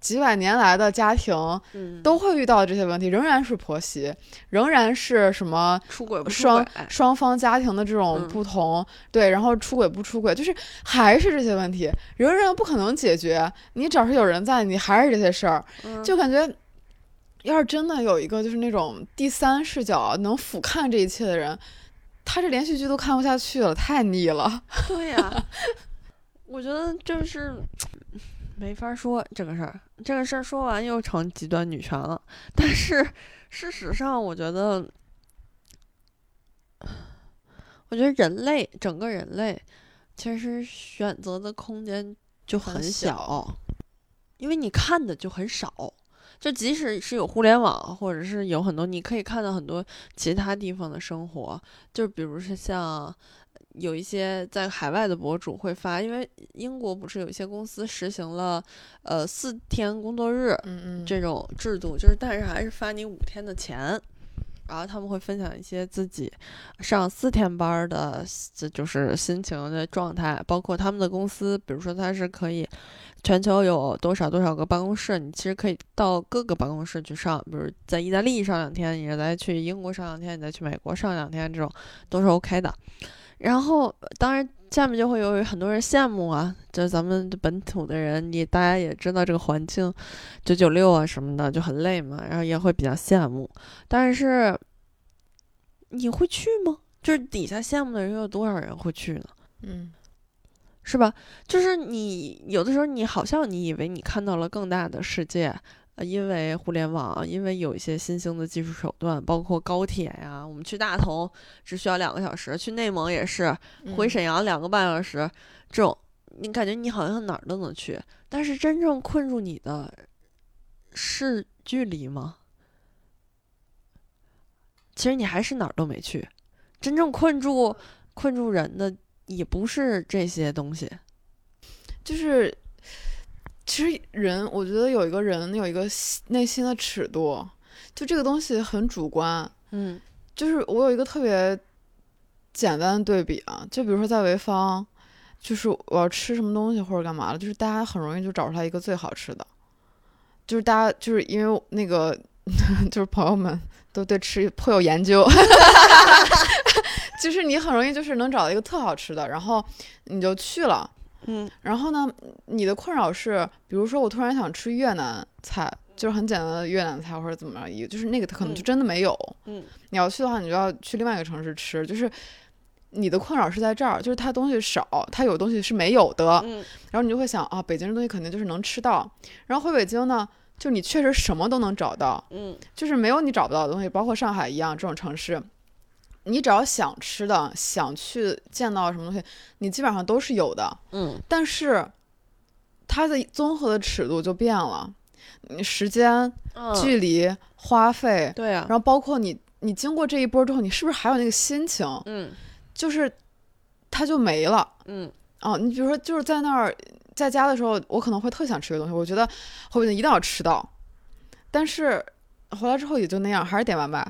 [SPEAKER 3] 几百年来的家庭
[SPEAKER 1] 嗯
[SPEAKER 3] 都会遇到这些问题，仍然是婆媳，仍然是什么
[SPEAKER 1] 出轨不出
[SPEAKER 3] 双
[SPEAKER 1] 轨，
[SPEAKER 3] 双方家庭的这种
[SPEAKER 1] 哎嗯
[SPEAKER 3] 不同，对，然后出轨不出轨，就是还是这些问题，仍然不可能解决。你只要是有人在，你还是这些事儿，
[SPEAKER 1] 嗯
[SPEAKER 3] 就感觉。要是真的有一个就是那种第三视角能俯瞰这一切的人，他这连续剧都看不下去了，太腻了。
[SPEAKER 1] 对呀、我觉得就是没法说这个事儿，这个事儿说完又成极端女权了。但是事实上，我觉得，我觉得人类整个人类其实选择的空间就
[SPEAKER 3] 很
[SPEAKER 1] 很
[SPEAKER 3] 小
[SPEAKER 1] 因为你看的就很少。就即使是有互联网，或者是有很多你可以看到很多其他地方的生活，就比如是像有一些在海外的博主会发，因为英国不是有一些公司实行了呃四天工作日
[SPEAKER 3] 嗯嗯，
[SPEAKER 1] 这种制度，就是但是还是发你五天的钱，然后他们会分享一些自己上四天班儿的，这就是心情的状态，包括他们的公司，比如说它是可以全球有多少多少个办公室，你其实可以到各个办公室去上，比如在意大利上两天，你再去英国上两天，你再去美国上两天，这种都是 OK 的。然后，呃当然下面就会有很多人羡慕啊，就咱们本土的人，你大家也知道这个环境，九九六啊什么的就很累嘛，然后也会比较羡慕。但是，你会去吗？就是底下羡慕的人有多少人会去呢？
[SPEAKER 3] 嗯
[SPEAKER 1] 是吧？就是你有的时候，你好像你以为你看到了更大的世界，呃，因为互联网，因为有一些新兴的技术手段，包括高铁呀、我们去大同只需要两个小时，去内蒙也是，
[SPEAKER 3] 嗯
[SPEAKER 1] 回沈阳两个半小时，这种你感觉你好像哪儿都能去，但是真正困住你的是距离吗？其实你还是哪儿都没去，真正困住困住人的也不是这些东西，
[SPEAKER 3] 就是，其实人，我觉得有一个人有一个心内心的尺度，就这个东西很主观。
[SPEAKER 1] 嗯
[SPEAKER 3] 就是我有一个特别简单的对比啊，就比如说在潍坊，就是我要吃什么东西或者干嘛了，就是大家很容易就找出来一个最好吃的，就是大家就是因为我那个 就是朋友们都对吃颇有研究， 就是你很容易就是能找到一个特好吃的，然后你就去了。
[SPEAKER 1] 嗯
[SPEAKER 3] 然后呢，你的困扰是，比如说我突然想吃越南菜，就是很简单的越南菜或者怎么样，也就是那个它可能就
[SPEAKER 1] 嗯
[SPEAKER 3] 真的没有。
[SPEAKER 1] 嗯，
[SPEAKER 3] 你要去的话，你就要去另外一个城市吃，就是。你的困扰是在这儿，就是它东西少，它有东西是没有的，
[SPEAKER 1] 嗯
[SPEAKER 3] 然后你就会想啊，北京这东西肯定就是能吃到。然后回北京呢，就你确实什么都能找到，
[SPEAKER 1] 嗯
[SPEAKER 3] 就是没有你找不到的东西，包括上海一样这种城市，你只要想吃的、想去见到什么东西，你基本上都是有的。
[SPEAKER 1] 嗯
[SPEAKER 3] 但是它的综合的尺度就变了，你时间、
[SPEAKER 1] 嗯，
[SPEAKER 3] 距离、花费，
[SPEAKER 1] 对啊
[SPEAKER 3] 然，后包括你你经过这一波之后，你是不是还有那个心情？
[SPEAKER 1] 嗯
[SPEAKER 3] 就是它就没了
[SPEAKER 1] 嗯
[SPEAKER 3] 啊！你比如说，就是在那儿在家的时候，我可能会特想吃个东西，我觉得回北京一定要吃到，但是回来之后也就那样，还是点外卖，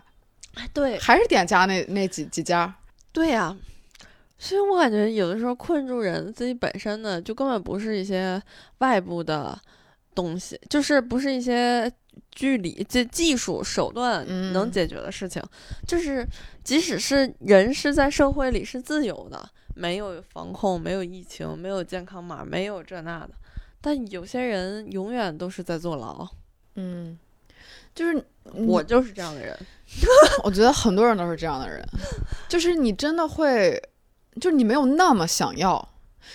[SPEAKER 1] 哎对，
[SPEAKER 3] 还是点家那那几几家。
[SPEAKER 1] 对呀、所以我感觉有的时候困住人自己本身的，就根本不是一些外部的东西，就是不是一些距离、这技术手段
[SPEAKER 3] 嗯
[SPEAKER 1] 能解决的事情。就是即使是人是在社会里是自由的，没有防控，没有疫情，没有健康码，没有这那的，但有些人永远都是在坐牢。
[SPEAKER 3] 嗯，就是
[SPEAKER 1] 我就是这样的人。
[SPEAKER 3] 我觉得很多人都是这样的人，就是你真的会，就是你没有那么想要，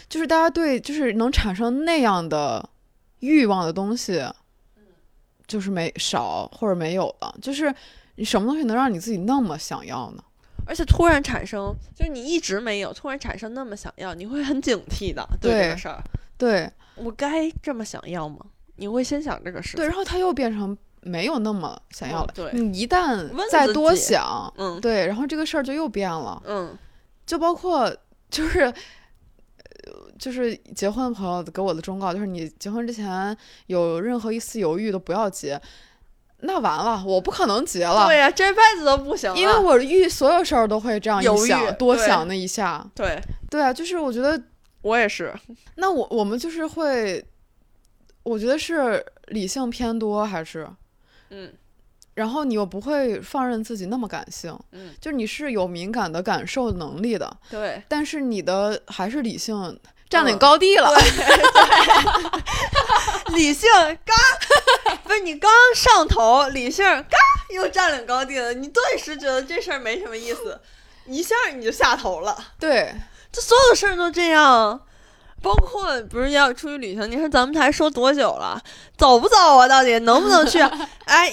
[SPEAKER 3] 就是大家对就是能产生那样的欲望的东西，就是没少或者没有了，就是你什么东西能让你自己那么想要呢？
[SPEAKER 1] 而且突然产生，就是你一直没有，突然产生那么想要，你会很警惕的
[SPEAKER 3] 对
[SPEAKER 1] 这个事儿。
[SPEAKER 3] 对
[SPEAKER 1] 我该这么想要吗？你会先想这个事
[SPEAKER 3] 对，
[SPEAKER 1] 情。
[SPEAKER 3] 然后他又变成没有那么想要了。
[SPEAKER 1] 嗯对
[SPEAKER 3] 你一旦
[SPEAKER 1] 问
[SPEAKER 3] 再
[SPEAKER 1] 自
[SPEAKER 3] 多
[SPEAKER 1] 己
[SPEAKER 3] 想，
[SPEAKER 1] 嗯
[SPEAKER 3] 对，然后这个事儿就又变了。
[SPEAKER 1] 嗯
[SPEAKER 3] 就包括就是。呃就是结婚的朋友给我的忠告，就是你结婚之前有任何一丝犹豫都不要结。那完了，我不可能结了，
[SPEAKER 1] 对呀、这辈子都不行了，
[SPEAKER 3] 哦因为我遇所有事儿都会这样
[SPEAKER 1] 犹
[SPEAKER 3] 一
[SPEAKER 1] 豫
[SPEAKER 3] 想，多
[SPEAKER 1] 对
[SPEAKER 3] 想那一下。
[SPEAKER 1] 对
[SPEAKER 3] 对啊，就是我觉得，
[SPEAKER 1] 我也是，
[SPEAKER 3] 那我我们就是会，我觉得是理性偏多还是，
[SPEAKER 1] 嗯
[SPEAKER 3] 然后你又不会放任自己那么感性，
[SPEAKER 1] 嗯，
[SPEAKER 3] 就是你是有敏感的感受能力的，
[SPEAKER 1] 对，
[SPEAKER 3] 但是你的还是理性占领
[SPEAKER 1] 嗯
[SPEAKER 3] 高地了。
[SPEAKER 1] 理性嘎， 不是你刚上头，理性嘎又占领高地了，你顿时觉得这事儿没什么意思，一下你就下头了。
[SPEAKER 3] 对，
[SPEAKER 1] 这所有事儿都这样，包括不是要出去旅行，你看咱们台说多久了，走不走啊？到底能不能去啊？哎，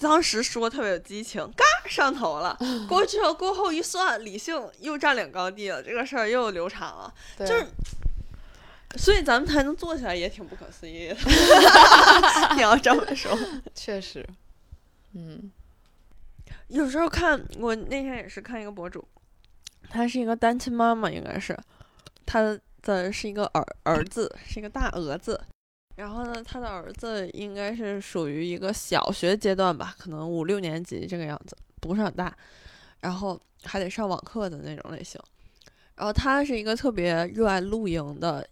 [SPEAKER 1] 当时说特别有激情，嘎上头了。过去后过后一算，理性又占领高地了，这个事儿又流产了，
[SPEAKER 3] 对
[SPEAKER 1] 就是。所以咱们才能做起来，也挺不可思议的。你要这么说，
[SPEAKER 3] 确实，嗯
[SPEAKER 1] 有时候看我那天也是看一个博主，她是一个单亲妈妈，应该是她的呃是一个儿儿子，是一个大儿子。然后呢，她的儿子应该是属于一个小学阶段吧，可能五六年级这个样子，不是很大，然后还得上网课的那种类型。然后她是一个特别热爱露营的，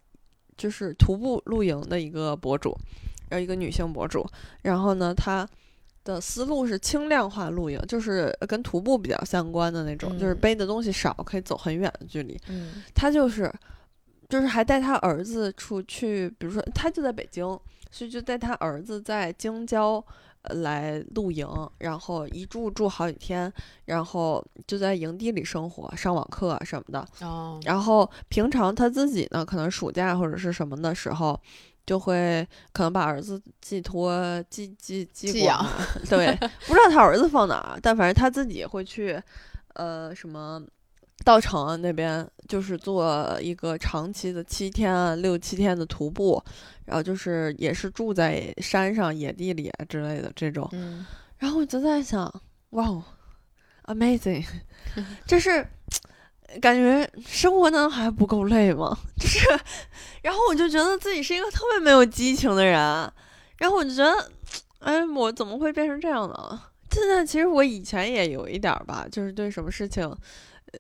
[SPEAKER 1] 就是徒步露营的一个博主，然后一个女性博主。然后呢，她的思路是轻量化露营，就是跟徒步比较相关的那种，就是
[SPEAKER 3] 嗯
[SPEAKER 1] 背的东西少，可以走很远的距离。
[SPEAKER 3] 嗯
[SPEAKER 1] 他就是就是还带他儿子出去，比如说他就在北京，所以就带他儿子在京郊呃来露营，然后一住住好几天，然后就在营地里生活、上网课啊什么的。
[SPEAKER 3] 哦，
[SPEAKER 1] 然后平常他自己呢，可能暑假或者是什么的时候，就会可能把儿子寄托寄寄寄
[SPEAKER 3] 寄
[SPEAKER 1] 过
[SPEAKER 3] 养
[SPEAKER 1] 来，对，不知道他儿子放哪儿，但反正他自己会去，呃，什么稻城那边，就是做一个长期的七天啊六七天的徒步，然后就是也是住在山上野地里啊之类的这种，
[SPEAKER 3] 嗯，
[SPEAKER 1] 然后我就在想，哇哦，amazing，这是感觉生活难道还不够累吗？ 就是，然后我就觉得自己是一个特别没有激情的人，然后我就觉得，哎，我怎么会变成这样呢？现在其实我以前也有一点儿吧，就是对什么事情，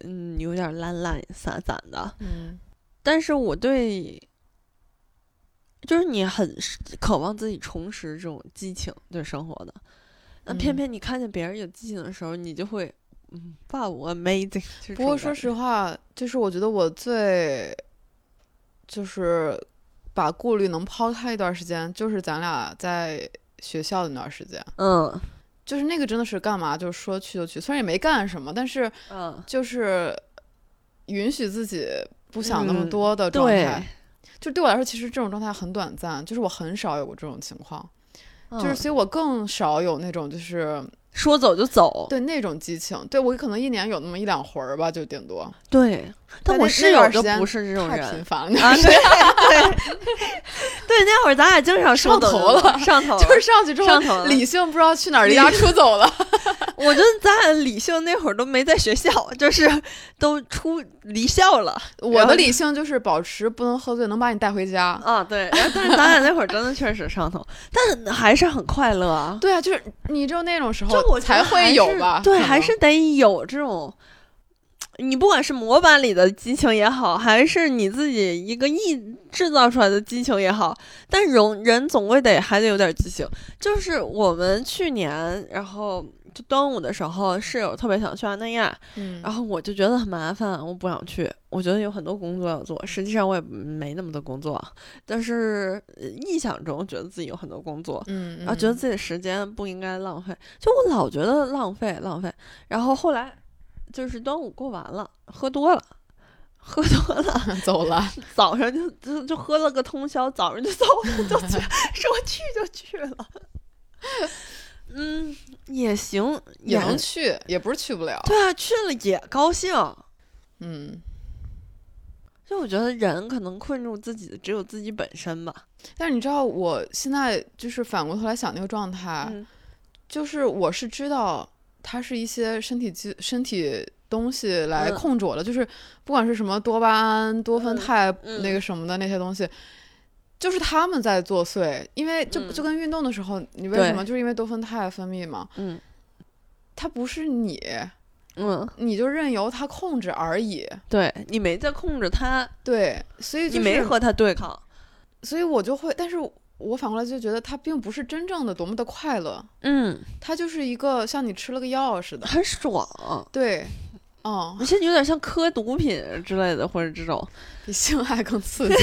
[SPEAKER 1] 嗯，有点儿懒懒散散的，
[SPEAKER 3] 嗯
[SPEAKER 1] 但是我对。就是你很渴望自己重拾这种激情对生活的，那偏
[SPEAKER 3] 嗯
[SPEAKER 1] 偏你看见别人有激情的时候，你就会，嗯，哇，我 amazing 就是这种感觉。
[SPEAKER 3] 不过说实话，就是我觉得我最就是把顾虑能抛开一段时间，就是咱俩在学校的那段时间，
[SPEAKER 1] 嗯
[SPEAKER 3] 就是那个真的是干嘛就是说去就去，虽然也没干什么，但是
[SPEAKER 1] 嗯，
[SPEAKER 3] 就是允许自己不想那么
[SPEAKER 1] 嗯
[SPEAKER 3] 多的状
[SPEAKER 1] 对，
[SPEAKER 3] 态。就对我来说，其实这种状态很短暂，就是我很少有过这种情况，就是
[SPEAKER 1] 嗯
[SPEAKER 3] 所以我更少有那种就是
[SPEAKER 1] 说走就走。
[SPEAKER 3] 对那种激情，对我可能一年有那么一两回儿吧，就顶多
[SPEAKER 1] 对，但
[SPEAKER 3] 那
[SPEAKER 1] 我
[SPEAKER 3] 那
[SPEAKER 1] 室友
[SPEAKER 3] 段时
[SPEAKER 1] 就
[SPEAKER 3] 间
[SPEAKER 1] 不是这种
[SPEAKER 3] 太频
[SPEAKER 1] 人
[SPEAKER 3] 繁了，
[SPEAKER 1] 啊。对对对，那会儿咱俩经常说
[SPEAKER 3] 上
[SPEAKER 1] 走
[SPEAKER 3] 头
[SPEAKER 1] 就走，上头
[SPEAKER 3] 就是上去之后
[SPEAKER 1] 上头了
[SPEAKER 3] 理性不知道去哪儿离
[SPEAKER 1] 理
[SPEAKER 3] 家出走 了，
[SPEAKER 1] 我觉得咱俩理性那会儿都没在学校，就是都出离校了
[SPEAKER 3] 我的理性就是保持不能喝醉，能把你带回家。
[SPEAKER 1] 啊。对，然后但是咱俩那会儿真的确实上头，但还是很快乐啊。
[SPEAKER 3] 对啊，就是你只有那种时
[SPEAKER 1] 就
[SPEAKER 3] 候
[SPEAKER 1] 我觉得
[SPEAKER 3] 才
[SPEAKER 1] 还
[SPEAKER 3] 会有
[SPEAKER 1] 是
[SPEAKER 3] 吧？
[SPEAKER 1] 对，
[SPEAKER 3] 可能
[SPEAKER 1] 还是得有这种，你不管是模板里的激情也好，还是你自己一个意制造出来的激情也好，但容人总归得还得有点激情。就是我们去年，然后就端午的时候，室友特别想去安那亚，
[SPEAKER 3] 嗯
[SPEAKER 1] 然后我就觉得很麻烦，我不想去。我觉得有很多工作要做，实际上我也没那么多工作，但是呃臆想中觉得自己有很多工作，
[SPEAKER 3] 嗯，
[SPEAKER 1] 然后啊觉得自己的时间不应该浪费，就我老觉得浪费浪费。然后后来就是端午过完了，喝多了，喝多了，
[SPEAKER 3] 己嗯 走了，
[SPEAKER 1] 早上就就就喝了个通宵，早上就走了，就 去说去就去了。嗯，也行，也
[SPEAKER 3] 也能去，也不是去不了。
[SPEAKER 1] 对啊，去了也高兴。
[SPEAKER 3] 嗯，
[SPEAKER 1] 就我觉得人可能困住自己的只有自己本身吧。
[SPEAKER 3] 但是你知道，我现在就是反过头来想那个状态，
[SPEAKER 1] 嗯
[SPEAKER 3] 就是我是知道它是一些身体机身体东西来控制我的，就是不管是什么多巴胺、多酚肽、
[SPEAKER 1] 嗯嗯
[SPEAKER 3] 那个什么的那些东西。就是他们在作祟，因为就、
[SPEAKER 1] 嗯
[SPEAKER 3] 就跟运动的时候，你为
[SPEAKER 1] 对
[SPEAKER 3] 什么就是因为多酚肽分泌嘛，
[SPEAKER 1] 嗯
[SPEAKER 3] 它不是你，
[SPEAKER 1] 嗯，
[SPEAKER 3] 你就任由它控制而已。
[SPEAKER 1] 对你没在控制它，
[SPEAKER 3] 对，所以、就是、
[SPEAKER 1] 你没和它对抗。
[SPEAKER 3] 所以我就会，但是我反过来就觉得它并不是真正的多么的快乐，
[SPEAKER 1] 嗯，
[SPEAKER 3] 它就是一个像你吃了个药似的。
[SPEAKER 1] 很爽。
[SPEAKER 3] 对，嗯，
[SPEAKER 1] 我现在有点像磕毒品之类的，或者这种。
[SPEAKER 3] 比性爱更刺激。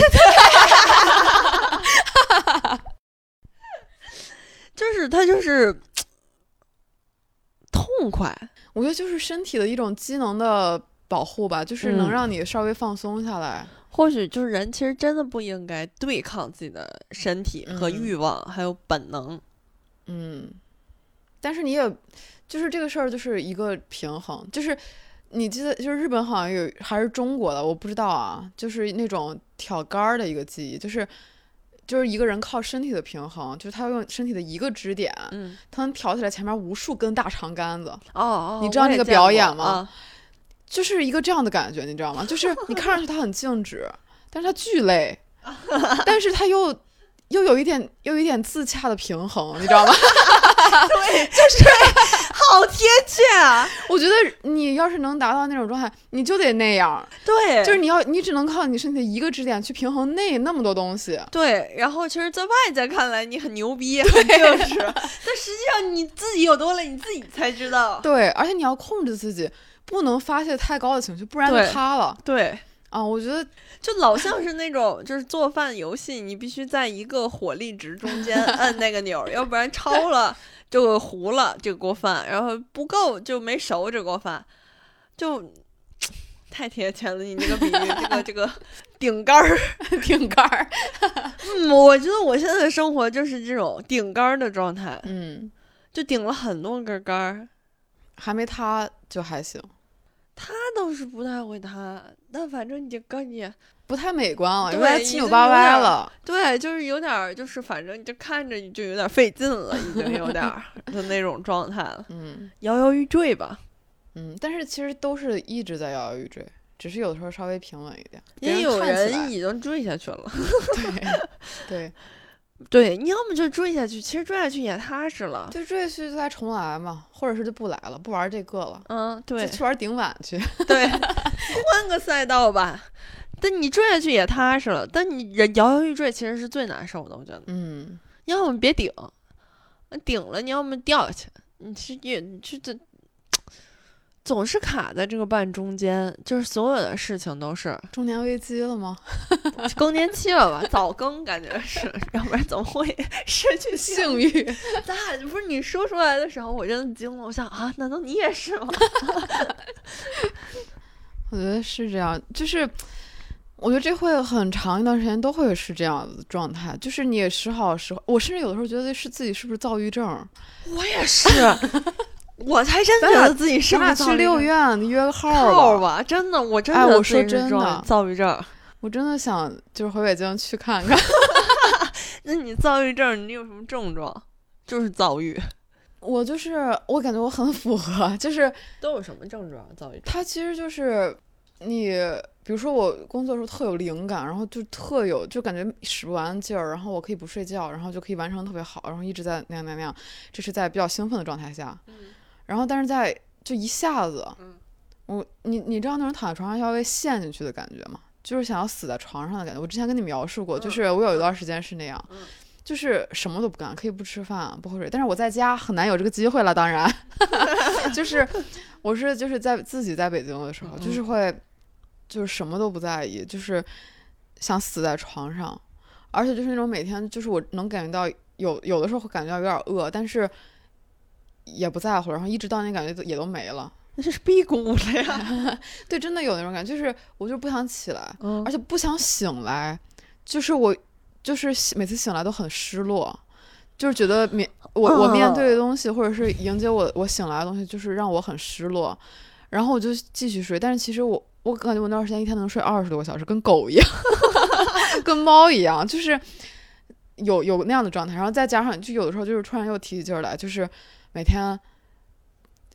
[SPEAKER 1] 就是它就是痛快，
[SPEAKER 3] 我觉得就是身体的一种机能的保护吧，就是能
[SPEAKER 1] 嗯
[SPEAKER 3] 让你稍微放松下来。
[SPEAKER 1] 或许就是人其实真的不应该对抗自己的身体和
[SPEAKER 3] 嗯
[SPEAKER 1] 欲望，还有本能。
[SPEAKER 3] 嗯，但是你也就是这个事儿就是一个平衡，就是。你记得，就是日本好像有还是中国的，我不知道啊，就是那种挑杆儿的一个技艺，就是就是一个人靠身体的平衡，就是他用身体的一个支点，
[SPEAKER 1] 嗯，
[SPEAKER 3] 他能挑起来前面无数根大长杆子，
[SPEAKER 1] 哦哦，
[SPEAKER 3] 你知道
[SPEAKER 1] 我
[SPEAKER 3] 那
[SPEAKER 1] 也
[SPEAKER 3] 个
[SPEAKER 1] 见
[SPEAKER 3] 表
[SPEAKER 1] 过
[SPEAKER 3] 演吗
[SPEAKER 1] 啊
[SPEAKER 3] 就是一个这样的感觉，你知道吗？就是你看上去它很静止，但是它巨累，但是它又又有一点又有一点自洽的平衡，你知道吗？
[SPEAKER 1] 好贴切啊！
[SPEAKER 3] 我觉得你要是能达到那种状态，你就得那样，
[SPEAKER 1] 对，
[SPEAKER 3] 就是你要你只能靠你身体的一个支点去平衡那那么多东西。
[SPEAKER 1] 哦对。然后其实，在外界看来你很牛逼，很正式，但实际上你自己有多累，你自己才知道。
[SPEAKER 3] 对，而且你要控制自己，不能发泄太高的情绪，不然就
[SPEAKER 1] 对
[SPEAKER 3] 塌了
[SPEAKER 1] 对，
[SPEAKER 3] 啊！我觉 得
[SPEAKER 1] 就老像是那种就是做饭游戏，你必须在一个火力值中间按那个钮儿，要不然超了就糊了这锅饭，然后不够就没熟这锅饭，就太贴切了，你这个比喻，这个这个顶杆儿，
[SPEAKER 3] 顶杆儿，
[SPEAKER 1] 嗯，我觉得我现在的生活就是这种顶杆儿的状态，
[SPEAKER 3] 嗯，
[SPEAKER 1] 就顶了很多根杆儿。
[SPEAKER 3] 还没他就还行，
[SPEAKER 1] 他倒是不太会弹，但反正你跟你
[SPEAKER 3] 不太美观了，
[SPEAKER 1] 对
[SPEAKER 3] 有点七扭八歪了。
[SPEAKER 1] 对，就是有点儿，就是反正你就看着你就有点儿费劲了，已经有点 儿的那种状态了，
[SPEAKER 3] 嗯
[SPEAKER 1] 摇摇欲坠吧。
[SPEAKER 3] 嗯，但是其实都是一直在摇摇欲坠，只是有的时候稍微平稳一点。别
[SPEAKER 1] 也有
[SPEAKER 3] 看起
[SPEAKER 1] 人
[SPEAKER 3] 来
[SPEAKER 1] 已经坠下去了，
[SPEAKER 3] 对 对，
[SPEAKER 1] 对，你要么就坠下去，其实坠下去也踏实了。
[SPEAKER 3] 就赘婿就再重来嘛，或者是就不来了，不玩这个了，
[SPEAKER 1] 嗯，对
[SPEAKER 3] 就去玩顶碗去。
[SPEAKER 1] 对，换个赛道吧。但你坠下去也踏实了，但你人摇摇欲坠其实是最难受的，我觉得。
[SPEAKER 3] 嗯，
[SPEAKER 1] 要么别顶，顶了你要么掉下去，你是也你是这总是卡在这个半中间，就是所有的事情都 是
[SPEAKER 3] 中年危机了吗？
[SPEAKER 1] 更年期了吧，早更感觉是，要不然怎么会失去性？
[SPEAKER 3] 性欲，
[SPEAKER 1] 咱俩不是你说出来的时候，我真的惊了，我想啊，难道你也是吗？
[SPEAKER 3] 我觉得是这样，就是。我觉得这会很长一段时间都会是这样的状态，就是你也时好时坏。我甚至有的时候觉得是自己是不是躁郁症，
[SPEAKER 1] 我也是， 我才真觉
[SPEAKER 3] 咱俩
[SPEAKER 1] 得自己是
[SPEAKER 3] 咱
[SPEAKER 1] 不
[SPEAKER 3] 俩
[SPEAKER 1] 是
[SPEAKER 3] 去
[SPEAKER 1] 躁郁
[SPEAKER 3] 六
[SPEAKER 1] 症
[SPEAKER 3] 院你约个号
[SPEAKER 1] 号
[SPEAKER 3] 儿
[SPEAKER 1] 儿
[SPEAKER 3] 吧。
[SPEAKER 1] 吧，真的，哎我真
[SPEAKER 3] 哎
[SPEAKER 1] 的
[SPEAKER 3] 我
[SPEAKER 1] 自
[SPEAKER 3] 说
[SPEAKER 1] 己是
[SPEAKER 3] 真
[SPEAKER 1] 躁
[SPEAKER 3] 的
[SPEAKER 1] 躁郁症。
[SPEAKER 3] 我真的想就是回北京去看 看。
[SPEAKER 1] 那你躁郁症，你有什么症状？就是躁郁。
[SPEAKER 3] 我就是我感觉我很符合，就是
[SPEAKER 1] 都有什么症状？躁郁症？
[SPEAKER 3] 它其实就是你，比如说我工作的时候特有灵感，然后就特有，就感觉使不完劲儿，然后我可以不睡觉，然后就可以完成得特别好，然后一直在那样那样那样，这是在比较兴奋的状态下，然后但是在就一下子，
[SPEAKER 1] 嗯
[SPEAKER 3] 我你你知道那种躺在床上要被陷进去的感觉吗？就是想要死在床上的感觉。我之前跟你描述
[SPEAKER 1] 嗯
[SPEAKER 3] 过，就是我有一段时间是那样。
[SPEAKER 1] 嗯
[SPEAKER 3] 就是什么都不干，可以不吃饭、不喝水，但是我在家很难有这个机会了。当然，就是我是就是在自己在北京的时候，
[SPEAKER 1] 嗯
[SPEAKER 3] 就是会就是什么都不在意，就是想死在床上，而且就是那种每天就是我能感觉到有有的时候会感觉到有点饿，但是也不在乎，然后一直到那感觉都也都没了。
[SPEAKER 1] 那是辟谷了 呀。
[SPEAKER 3] 对，真的有那种感觉，就是我就不想起来，
[SPEAKER 1] 嗯
[SPEAKER 3] 而且不想醒来，就是我就是醒每次醒来都很失落，就是觉得面我我面对的东西或者是迎接我我醒来的东西，就是让我很失落，然后我就继续睡，但是其实我我感觉我那段时间一天能睡二十多个小时，跟狗一样， 跟猫一样，就是有有那样的状态，然后再加上就有的时候就是突然又提起劲儿来，就是每天